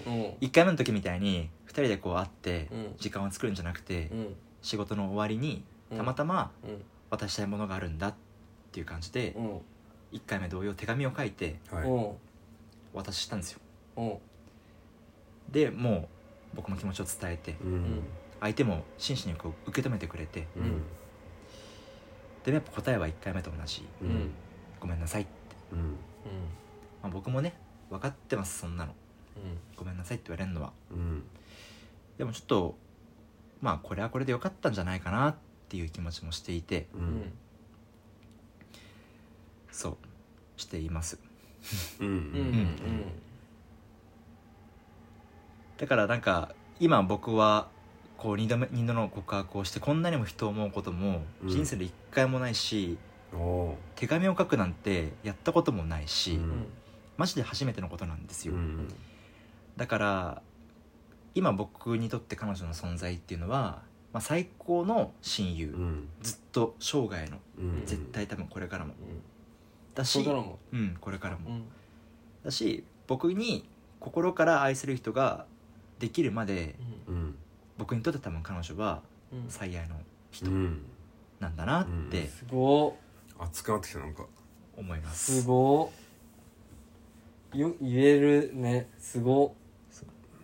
[SPEAKER 2] うん
[SPEAKER 3] うん
[SPEAKER 1] 1回目の時みたいに2人でこう会って
[SPEAKER 3] うん
[SPEAKER 1] 時間を作るんじゃなくて、
[SPEAKER 3] うん
[SPEAKER 1] 仕事の終わりにたまたま
[SPEAKER 3] うん
[SPEAKER 1] 渡したいものがあるんだっていう感じで
[SPEAKER 3] うん
[SPEAKER 1] 1回目同様手紙を書いて
[SPEAKER 2] はい
[SPEAKER 3] うん
[SPEAKER 1] お渡ししたんですよ
[SPEAKER 3] うん
[SPEAKER 1] でもう僕も気持ちを伝えて
[SPEAKER 2] うん
[SPEAKER 1] 相手も真摯にこう受け止めてくれて
[SPEAKER 2] うん
[SPEAKER 1] でもやっぱ答えは1回目と同じ
[SPEAKER 2] う
[SPEAKER 3] うんん
[SPEAKER 1] 「ごめんなさい」って、
[SPEAKER 2] うん
[SPEAKER 1] まあ、僕もね分かってますそんなの「ごめんなさい」って言われるのは
[SPEAKER 2] うん
[SPEAKER 1] でもちょっとまあこれはこれでよかったんじゃないかなっていう気持ちもしていて
[SPEAKER 2] う
[SPEAKER 3] うんうん
[SPEAKER 2] ん
[SPEAKER 1] そうしています
[SPEAKER 2] うん
[SPEAKER 3] うんうん
[SPEAKER 1] だからなんか今僕はこう2度目二度の告白をしてこんなにも人を思うことも
[SPEAKER 2] うん
[SPEAKER 1] 人生で一回もないし、
[SPEAKER 2] おお
[SPEAKER 1] 手紙を書くなんてやったこともないし、
[SPEAKER 2] うん
[SPEAKER 3] うん
[SPEAKER 1] マジで初めてのことなんです
[SPEAKER 2] う
[SPEAKER 1] よ、
[SPEAKER 2] ん
[SPEAKER 1] だから今僕にとって彼女の存在っていうのは、まあ、最高の親友、
[SPEAKER 2] うん
[SPEAKER 1] ずっと生涯の
[SPEAKER 2] うん
[SPEAKER 1] 絶対多分これからも
[SPEAKER 3] うん
[SPEAKER 1] だし
[SPEAKER 3] そうだろうも
[SPEAKER 1] うんこれからも、
[SPEAKER 3] うん
[SPEAKER 1] だし僕に心から愛する人ができるまで
[SPEAKER 2] うん
[SPEAKER 1] 僕にとって多分彼女は
[SPEAKER 3] うん
[SPEAKER 1] 最愛の人
[SPEAKER 2] うん
[SPEAKER 1] なんだなっ
[SPEAKER 2] うん
[SPEAKER 1] て
[SPEAKER 3] すご
[SPEAKER 2] 熱くなってきたなんか
[SPEAKER 1] 思いま
[SPEAKER 3] ー
[SPEAKER 1] す、
[SPEAKER 3] すごーよ言えるねすご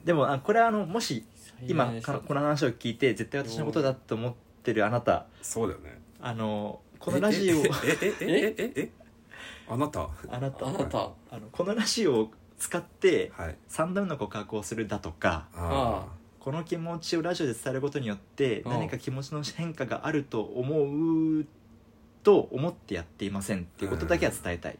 [SPEAKER 1] でもあこれはあのもし
[SPEAKER 3] ー
[SPEAKER 1] 今
[SPEAKER 3] 最愛の人
[SPEAKER 1] かこの話を聞いて絶対私のことだと思ってるあなた
[SPEAKER 2] そうだよね
[SPEAKER 1] あのこのラジオ
[SPEAKER 2] えええええええあなたは
[SPEAKER 1] あなた
[SPEAKER 3] あなた
[SPEAKER 1] あのこのラジオを使って
[SPEAKER 2] い
[SPEAKER 1] 3度目の告白をするだとか
[SPEAKER 2] あ
[SPEAKER 1] この気持ちをラジオで伝えることによって
[SPEAKER 3] うん
[SPEAKER 1] 何か気持ちの変化があると思うと思ってやっていませんっていうことだけは伝えたい、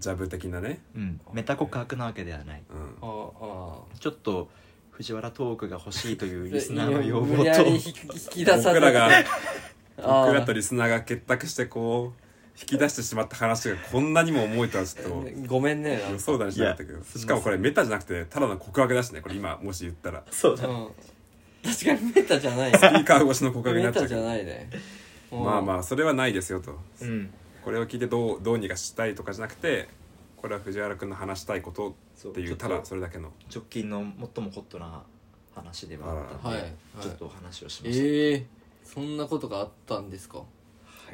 [SPEAKER 2] ジャブ的なね
[SPEAKER 1] うん、メタ告白なわけではない
[SPEAKER 2] うん
[SPEAKER 3] ああ
[SPEAKER 1] ちょっと藤原トークが欲しいという
[SPEAKER 3] あ
[SPEAKER 1] リスナーの要望
[SPEAKER 3] 無理やり引
[SPEAKER 1] と
[SPEAKER 3] き引き出さ
[SPEAKER 2] 僕
[SPEAKER 3] ず
[SPEAKER 2] らが
[SPEAKER 3] あー
[SPEAKER 2] 僕らとリスナーが結託してこう引き出してしまった話がこんなにも重いとはちょっと
[SPEAKER 3] ごめんね
[SPEAKER 2] 予想だにしなかったけ
[SPEAKER 1] い
[SPEAKER 2] ど
[SPEAKER 1] や
[SPEAKER 2] しかもこれメタじゃなくてただの告白だしねこれ今もし言 ったら
[SPEAKER 1] そう
[SPEAKER 3] う
[SPEAKER 1] だ
[SPEAKER 3] ん確かにメタじゃないね
[SPEAKER 2] スピーカー越しの告白にな
[SPEAKER 3] メ
[SPEAKER 2] っちゃ
[SPEAKER 3] タ
[SPEAKER 2] うけ
[SPEAKER 3] じゃ
[SPEAKER 2] ど
[SPEAKER 3] ないね
[SPEAKER 2] まあま
[SPEAKER 3] あ
[SPEAKER 2] あそれはないですよと
[SPEAKER 1] うん
[SPEAKER 2] これを聞いてどうどうにかしたいとかじゃなくてこれは藤原君の話したいこと
[SPEAKER 1] そう
[SPEAKER 2] ってい
[SPEAKER 1] ちょ
[SPEAKER 2] う
[SPEAKER 1] っと
[SPEAKER 2] ただそれだけの
[SPEAKER 1] 直近の最もホットな話ではあったの
[SPEAKER 3] あら
[SPEAKER 1] で、
[SPEAKER 3] はいはい
[SPEAKER 1] ちょっとお話をしました、
[SPEAKER 3] ええそんなことがあったんですか
[SPEAKER 1] は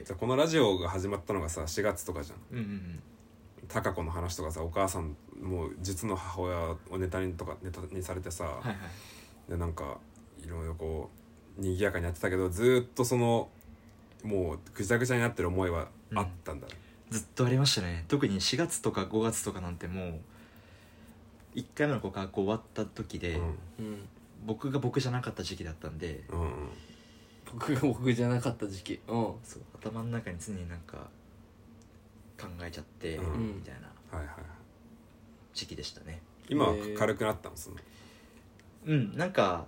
[SPEAKER 1] い
[SPEAKER 2] じゃあこのラジオが始まったのがさ4月とかじゃん
[SPEAKER 1] うんうん
[SPEAKER 2] 貴子の話とかさお母さんもう実の母親をネタにとかネタにされてさ、
[SPEAKER 1] うんはいはい
[SPEAKER 2] でなんかいろいろこう賑やかにやってたけどずーっとそのもうぐちゃぐちゃになってる思いはあったんだ、
[SPEAKER 1] ずっとありましたね特に4月とか5月とかなんてもう1回目の告白終わった時
[SPEAKER 2] う
[SPEAKER 1] で、
[SPEAKER 2] ん
[SPEAKER 3] うん
[SPEAKER 1] 僕が僕じゃなかった時期だったんで
[SPEAKER 2] うんうん
[SPEAKER 3] 僕が僕じゃなかった時期うん
[SPEAKER 1] そう頭の中に常になんか考えちゃって、
[SPEAKER 2] うん
[SPEAKER 1] みたいな
[SPEAKER 2] はいはいはい
[SPEAKER 1] 時期でしたね
[SPEAKER 2] 今は
[SPEAKER 3] へー
[SPEAKER 2] 軽くなったのその
[SPEAKER 1] うんなんか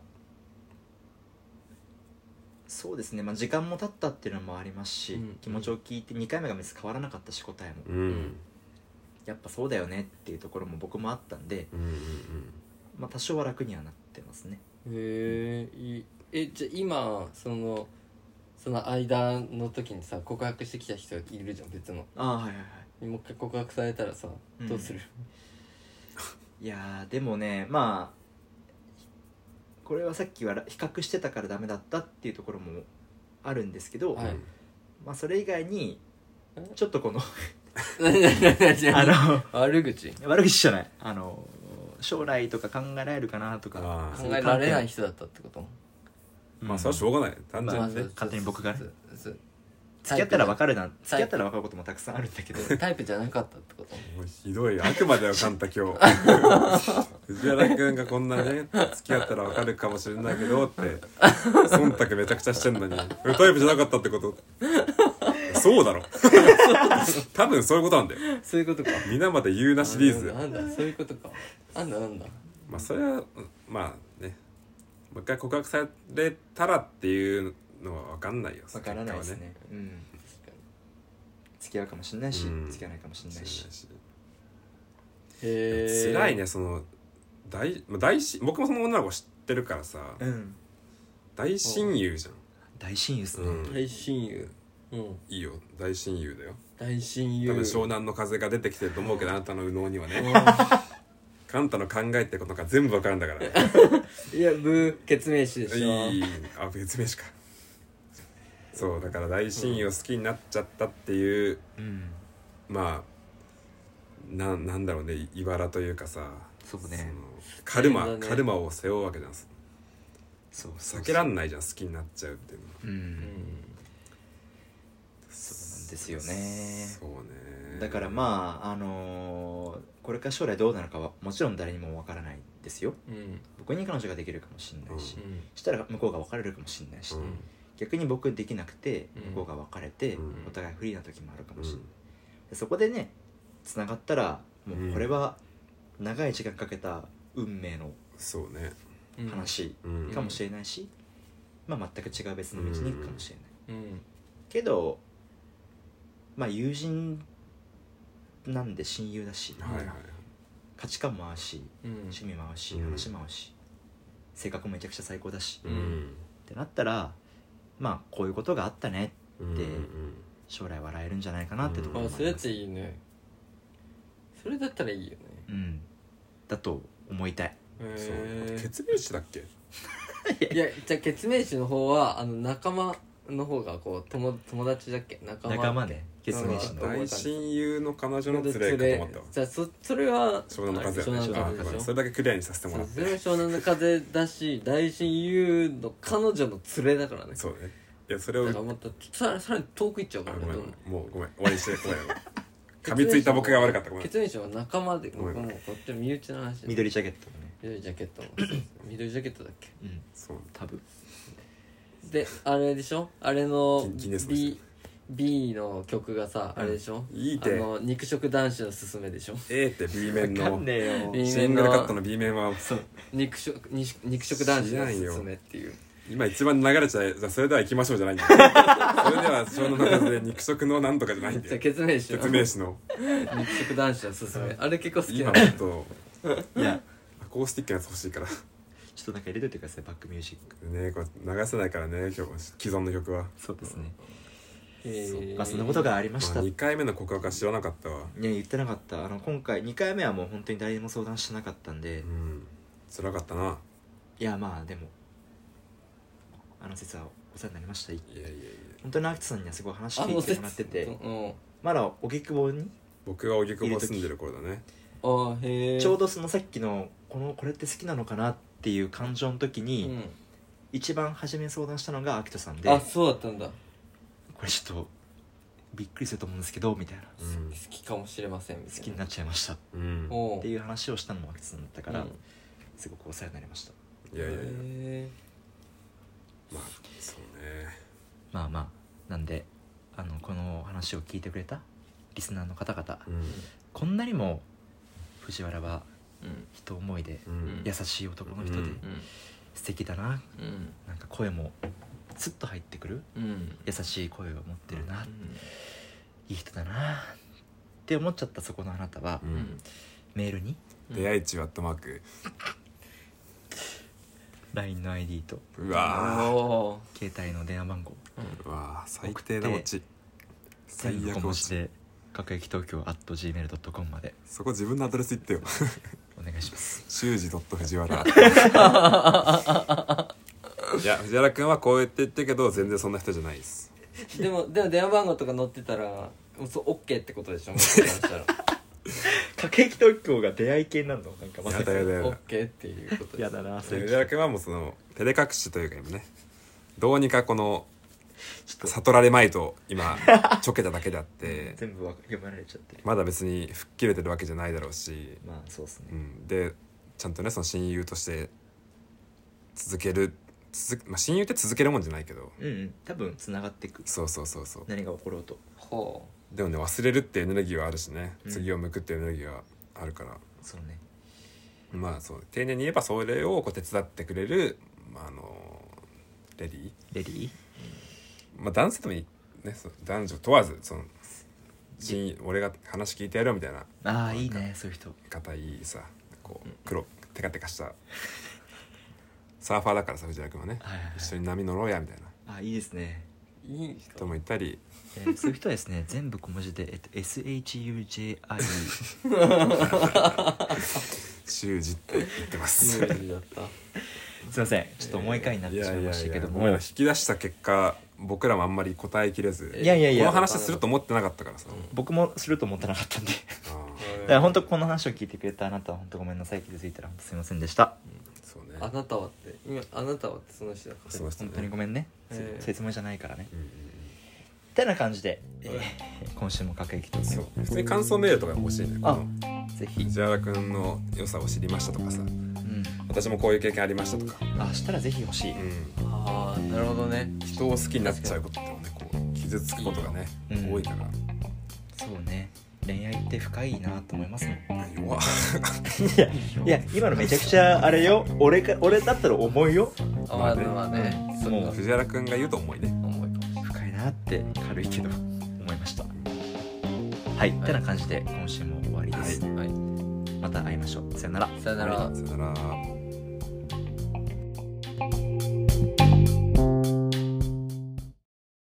[SPEAKER 1] そうですね、まあ、時間も経ったっていうのもありますし、
[SPEAKER 3] うん
[SPEAKER 1] 気持ちを聞いて2回目が別に変わらなかったし答えも、
[SPEAKER 2] うんうん
[SPEAKER 1] やっぱそうだよねっていうところも僕もあったんで、
[SPEAKER 2] うん
[SPEAKER 1] まあ、多少は楽にはなってますね
[SPEAKER 3] へえいいえじゃあ今そのその間の時にさ告白してきた人いるじゃん別の
[SPEAKER 1] ああはいはいはい
[SPEAKER 3] もう一回告白されたらさ
[SPEAKER 1] うん
[SPEAKER 3] どうする、
[SPEAKER 1] いやーでもねまあこれはさっきはら比較してたからダメだったっていうところもあるんですけど、
[SPEAKER 2] うん
[SPEAKER 3] はい
[SPEAKER 1] まあ、それ以外に
[SPEAKER 3] え
[SPEAKER 1] ちょっとこの
[SPEAKER 3] なになになになに
[SPEAKER 1] あの
[SPEAKER 3] 悪口
[SPEAKER 1] 悪口じゃないあの将来とか考えられるかなとか
[SPEAKER 2] あー
[SPEAKER 3] 考えられない、人だったってこと
[SPEAKER 1] うん
[SPEAKER 2] まあそれはしょうがない単純にね
[SPEAKER 1] 勝手に僕がね
[SPEAKER 3] そうそう
[SPEAKER 1] 付き合ったら分かるな
[SPEAKER 3] タ
[SPEAKER 1] 付き
[SPEAKER 3] イプ
[SPEAKER 1] 合ったら分かることもたくさんあるんだけど
[SPEAKER 3] タイプじゃなかったってこと
[SPEAKER 2] もうひどいよ悪魔だよカンタ今日 藤原君がこんなね付き合ったらわかるかもしれないけどって忖度めちゃくちゃしてんのに俺タイプじゃなかったってことそう だろ多分そういうことなんだよ
[SPEAKER 3] そういうことか
[SPEAKER 2] 皆まで言うなシリーズ
[SPEAKER 3] なんだなんだそういうことかなんだなんだ
[SPEAKER 2] まあそれはまあねもう一回告白されたらっていうのは分かんないよ
[SPEAKER 1] 分からないですね
[SPEAKER 2] 結
[SPEAKER 1] うん付き合うかもしれないし、
[SPEAKER 2] うん
[SPEAKER 1] 付き合わないかもしれ
[SPEAKER 2] 果
[SPEAKER 1] な
[SPEAKER 2] はい
[SPEAKER 1] し
[SPEAKER 2] ね
[SPEAKER 3] へえ
[SPEAKER 2] 辛いねその大、まあ、大し僕もその女の子知ってるからさ
[SPEAKER 1] うん
[SPEAKER 2] 大親友じゃん
[SPEAKER 1] 大親友ですね、
[SPEAKER 2] うん
[SPEAKER 3] 大親友うん
[SPEAKER 2] いいよ大親友だよ
[SPEAKER 3] 大親
[SPEAKER 2] 多
[SPEAKER 3] 友
[SPEAKER 2] 分 湘南の風が出てきてると思うけどあなたの右脳にはねカンタの考えってことが全部わかるんだからね
[SPEAKER 3] いやブー決明詞でしょ
[SPEAKER 2] いいあ別名しかそうだから大親友を好きになっちゃったっていう、
[SPEAKER 1] うん
[SPEAKER 2] まあななんだろうねい茨というかさ
[SPEAKER 1] そうね
[SPEAKER 2] そのカルマ、
[SPEAKER 3] そうだね
[SPEAKER 2] カルマを背負うわけじゃん
[SPEAKER 1] そうそう
[SPEAKER 2] 避けらんないじゃん好きになっちゃうっていうのは
[SPEAKER 1] うん、
[SPEAKER 2] そう
[SPEAKER 1] なんですよね
[SPEAKER 2] そうね
[SPEAKER 1] だからまああのーこれから将来どうなるかはもちろん誰にもわからないですよ
[SPEAKER 3] うんうん
[SPEAKER 1] 僕に彼女ができるかもしれないし、
[SPEAKER 2] う
[SPEAKER 1] したら向こうが別れるかもしれないし、
[SPEAKER 2] うん
[SPEAKER 1] 逆に僕できなくて
[SPEAKER 3] うん
[SPEAKER 1] 向こうが別れて、
[SPEAKER 2] うん
[SPEAKER 1] お互いフリーな時もあるかもしれない、
[SPEAKER 2] う
[SPEAKER 1] でそこでねつながったらもううんこれは長い時間かけた運命の
[SPEAKER 2] んそうね、
[SPEAKER 3] うん
[SPEAKER 1] 話
[SPEAKER 2] うん
[SPEAKER 1] かもしれないし、まあ、全く違う別の道に行くかもしれない、
[SPEAKER 3] うん
[SPEAKER 1] けどまあ友人なんで親友だし、
[SPEAKER 2] はいはいはい
[SPEAKER 1] 価値観も合うし
[SPEAKER 3] うん
[SPEAKER 1] 趣味も合うし、
[SPEAKER 2] うん
[SPEAKER 1] 話も合うし性格もめちゃくちゃ最高だし、
[SPEAKER 2] う
[SPEAKER 1] っ
[SPEAKER 2] ん
[SPEAKER 1] てなったらまあこういうことがあったね
[SPEAKER 2] うん
[SPEAKER 1] で
[SPEAKER 2] うん
[SPEAKER 1] 将来笑えるんじゃないかなってところ
[SPEAKER 3] あ
[SPEAKER 1] もあ
[SPEAKER 3] そ
[SPEAKER 1] り
[SPEAKER 3] れだ
[SPEAKER 1] ま
[SPEAKER 3] っ
[SPEAKER 1] す
[SPEAKER 3] ていいねそれだったらいいよね
[SPEAKER 1] うん、だと思いたい
[SPEAKER 2] そう
[SPEAKER 3] へー
[SPEAKER 2] 血流子だっけ
[SPEAKER 3] いやじゃあ決明詞の方はあの仲間の方がこう友友達だっけ仲間
[SPEAKER 1] 仲間ね結明詞の
[SPEAKER 3] どう思ったんで
[SPEAKER 2] 大
[SPEAKER 3] すか
[SPEAKER 2] 親友の彼女の連れ
[SPEAKER 3] 連
[SPEAKER 2] かと思
[SPEAKER 3] れ
[SPEAKER 2] ったわ
[SPEAKER 3] じゃあそそれは
[SPEAKER 2] 湘南の風
[SPEAKER 3] 湘南の風でしょ
[SPEAKER 2] あそれだけクリアにさせても
[SPEAKER 3] そ
[SPEAKER 2] ら
[SPEAKER 3] う
[SPEAKER 2] って
[SPEAKER 3] それは湘南の風だし大親友の彼女の連れだからね
[SPEAKER 2] そうねいやそれ
[SPEAKER 3] だ
[SPEAKER 2] を
[SPEAKER 3] からもっとさらさらに遠く行っちゃう
[SPEAKER 2] あ
[SPEAKER 3] からね
[SPEAKER 2] ごめ
[SPEAKER 3] どんどん
[SPEAKER 2] んもうごめん終わりにしてごめん噛みついた僕が悪かったごめん
[SPEAKER 3] 決明書は仲間で
[SPEAKER 2] ごめん
[SPEAKER 3] もうこっちの身内の話ね
[SPEAKER 1] 緑ジャケットのね
[SPEAKER 3] 緑ジャケットもそうそう緑ジャケットだっけ
[SPEAKER 1] うん
[SPEAKER 2] そう
[SPEAKER 1] 多分
[SPEAKER 3] であれでしょあれの
[SPEAKER 2] ギギネスの人
[SPEAKER 3] B, B の曲がさあれでしょ、
[SPEAKER 2] いい
[SPEAKER 3] あ
[SPEAKER 2] て
[SPEAKER 3] の肉食男子のすすめでしょ
[SPEAKER 2] A って B 面
[SPEAKER 1] わか
[SPEAKER 2] の
[SPEAKER 1] んねえよ
[SPEAKER 3] B 面の
[SPEAKER 2] シングルカットの B 面は
[SPEAKER 3] 肉食に肉食男子のすすめっていう
[SPEAKER 2] 今一番流れちゃうじゃあそれでは行きましょうじゃないんだ よそれでは湘南の風で肉食のなんとかじゃないんだ
[SPEAKER 3] じゃあ
[SPEAKER 2] よ
[SPEAKER 3] 決明しよう
[SPEAKER 2] 説明詞の
[SPEAKER 3] 肉食男子のすすめあれ結構好きな
[SPEAKER 2] 今
[SPEAKER 3] の
[SPEAKER 2] ちょっと
[SPEAKER 1] い や
[SPEAKER 2] アコースティックなやつ欲しいから
[SPEAKER 1] ちょっとなんか入れといてくださいバックミュージック
[SPEAKER 2] ねこれ流せないからね今日既存の曲は
[SPEAKER 1] そうですね、
[SPEAKER 3] へー
[SPEAKER 1] まあそんなことがありました、
[SPEAKER 2] 2回目の告白は知らなかったわ
[SPEAKER 1] ね言ってなかったあの今回2回目はもう本当に誰にも相談してなかったんで、
[SPEAKER 2] う
[SPEAKER 1] い
[SPEAKER 2] ん辛かったな
[SPEAKER 1] やまあでもあの説はお世話になりました
[SPEAKER 2] いやいやいや
[SPEAKER 1] 本当にアキトさんにはすごい話
[SPEAKER 3] あ
[SPEAKER 1] 聞
[SPEAKER 3] の
[SPEAKER 1] いて
[SPEAKER 3] 説
[SPEAKER 1] もらってて
[SPEAKER 3] うん
[SPEAKER 1] まだ荻窪に
[SPEAKER 2] 僕は荻窪住んでる頃だね
[SPEAKER 3] あへえ
[SPEAKER 1] ちょうどそのさっきのこのこれって好きなのかなっていう感情の時
[SPEAKER 3] う
[SPEAKER 1] に、
[SPEAKER 3] ん
[SPEAKER 1] 一番初めに相談したのがアキトさんで
[SPEAKER 3] あそうだったんだ好
[SPEAKER 1] これちょっとびっくりすると思うんですけどみたいな
[SPEAKER 2] う
[SPEAKER 3] きかもしれませんみたい
[SPEAKER 1] 好きになっちゃいましたっ
[SPEAKER 2] ん、う
[SPEAKER 3] おう
[SPEAKER 1] ていう話をしたのもアキトさんだったから、
[SPEAKER 3] うん
[SPEAKER 1] すごくお世話になりました
[SPEAKER 2] ん、いやいやいや
[SPEAKER 3] へ
[SPEAKER 2] まあそうね
[SPEAKER 1] まあまあなんであのこの話を聞いてくれたリスナーの方々、
[SPEAKER 2] う
[SPEAKER 1] こんなにも藤原は
[SPEAKER 3] ーうん
[SPEAKER 1] 人思いで
[SPEAKER 2] んうん
[SPEAKER 1] 優しい男の人で、
[SPEAKER 2] うん
[SPEAKER 3] う
[SPEAKER 1] 素敵だなんなんか声もスッと入ってくる
[SPEAKER 3] うんうん
[SPEAKER 1] 優しい声を持ってるな、
[SPEAKER 3] うん
[SPEAKER 1] いい人だなって思っちゃったそこのあなたは、
[SPEAKER 2] う
[SPEAKER 3] うんん
[SPEAKER 1] メールに
[SPEAKER 2] 出会い中アットマーク
[SPEAKER 1] LINE の ID と
[SPEAKER 2] う
[SPEAKER 3] お
[SPEAKER 2] わ
[SPEAKER 3] お
[SPEAKER 1] 携帯の電話番号
[SPEAKER 2] ーうわー最低なオチ最
[SPEAKER 1] 全部
[SPEAKER 2] 悪
[SPEAKER 1] 小文
[SPEAKER 2] オ
[SPEAKER 1] 字
[SPEAKER 2] チ
[SPEAKER 1] で各駅東京 at gmail.com まで
[SPEAKER 2] そこ自分のアドレス 言ってよ
[SPEAKER 1] お願いします
[SPEAKER 2] 修二ドット藤 原いや藤原君はこうやって言ってるけど全然そんな人じゃないです
[SPEAKER 3] でもでも電話番号とか載ってたらもうそうオッケーってことでしょもしかしたら
[SPEAKER 1] 各駅東京が出会い系なのなんか
[SPEAKER 2] まさかやだやだ
[SPEAKER 3] オッケーっていうことです
[SPEAKER 1] だな
[SPEAKER 2] 藤原君はもうその照れ隠しというか今ねどうにかこの
[SPEAKER 1] ちょっと
[SPEAKER 2] 悟られまいと今 ちょけただけであって
[SPEAKER 1] 全部わか読まれちゃってる
[SPEAKER 2] まだ別に吹っ切れてるわけじゃないだろうし、
[SPEAKER 1] まあそうですね
[SPEAKER 2] うん、でちゃんとねその親友として続ける続く、まあ、親友って続けるもんじゃないけど
[SPEAKER 1] うん、うん、多分つながっていく
[SPEAKER 2] そうそうそうそう
[SPEAKER 1] 何が起ころうと
[SPEAKER 3] ほ
[SPEAKER 2] でもね忘れるってエネルギーはあるしね
[SPEAKER 1] うん
[SPEAKER 2] 次を向くってエネルギーはあるから、
[SPEAKER 1] そうね
[SPEAKER 2] まあそう丁寧に言えばそれをこう手伝ってくれる、まあ、あのレディー、
[SPEAKER 1] レディー
[SPEAKER 2] まあ、男性でもいい、ね、そう男女問わずその親友俺が話聞いてやるよみたいな
[SPEAKER 1] ああいいねそういう人
[SPEAKER 2] 硬いさこう黒テカテカしたサーファーだからさ藤原君はね、
[SPEAKER 1] はいはいはい
[SPEAKER 2] 一緒に波乗ろうやみたいな
[SPEAKER 1] ああいいですね、
[SPEAKER 3] ういい
[SPEAKER 2] 人
[SPEAKER 3] 人
[SPEAKER 2] もいたり
[SPEAKER 1] えー、そういう人はですね全部小文字で、えっと、SHUJI
[SPEAKER 2] 習字って言ってま す
[SPEAKER 3] 有利だった
[SPEAKER 1] すいませんちょっともう一回になってしまいましたけど
[SPEAKER 2] いやいやいやお前ら
[SPEAKER 1] も
[SPEAKER 2] 引き出した結果僕らもあんまり答えきれず
[SPEAKER 1] いやいやいや
[SPEAKER 2] この話すると思ってなかったからさ、
[SPEAKER 1] 僕もすると思ってなかったんで
[SPEAKER 2] ああ
[SPEAKER 1] だから本当この話を聞いてくれたあなたは本当ごめんなさい気づいたら本当すいませんでした
[SPEAKER 2] そう
[SPEAKER 3] あ
[SPEAKER 2] ね
[SPEAKER 3] なたはって今あなたはってその人だから
[SPEAKER 2] そうです
[SPEAKER 1] 本
[SPEAKER 2] ね
[SPEAKER 1] 当にごめんね、
[SPEAKER 3] ええ
[SPEAKER 1] そういうつもりじゃないからね
[SPEAKER 2] うんうん
[SPEAKER 1] ってな感じで、えー今週も各駅と
[SPEAKER 2] うん
[SPEAKER 1] ぜ
[SPEAKER 2] そう普通に感想メールとか欲しいねこ
[SPEAKER 1] あ
[SPEAKER 2] の
[SPEAKER 1] ひ、
[SPEAKER 2] 藤原君の良さを知りましたとかさ
[SPEAKER 1] うん、
[SPEAKER 2] 私もこういう経験ありましたとか、
[SPEAKER 1] あしたらぜひ欲しい、
[SPEAKER 2] うん、
[SPEAKER 3] ああなるほどね
[SPEAKER 2] 人を好きになっちゃうことってもねこう傷つくことがね、
[SPEAKER 1] うん
[SPEAKER 2] 多いから
[SPEAKER 1] そうね恋愛って深いなと思いますもん
[SPEAKER 2] 弱っ
[SPEAKER 1] いやいや今のめちゃくちゃあれよ俺か俺だったら重いよ
[SPEAKER 3] あまあまあねそんな
[SPEAKER 1] もう
[SPEAKER 2] 藤原君が言うと思いね
[SPEAKER 3] 思いかもしれない
[SPEAKER 1] 深いなって軽いけど思いましたはい、ってな感じで今週も終わりです、
[SPEAKER 3] はい
[SPEAKER 1] また会いましょうさよなら
[SPEAKER 3] さよなら
[SPEAKER 2] はいさよなら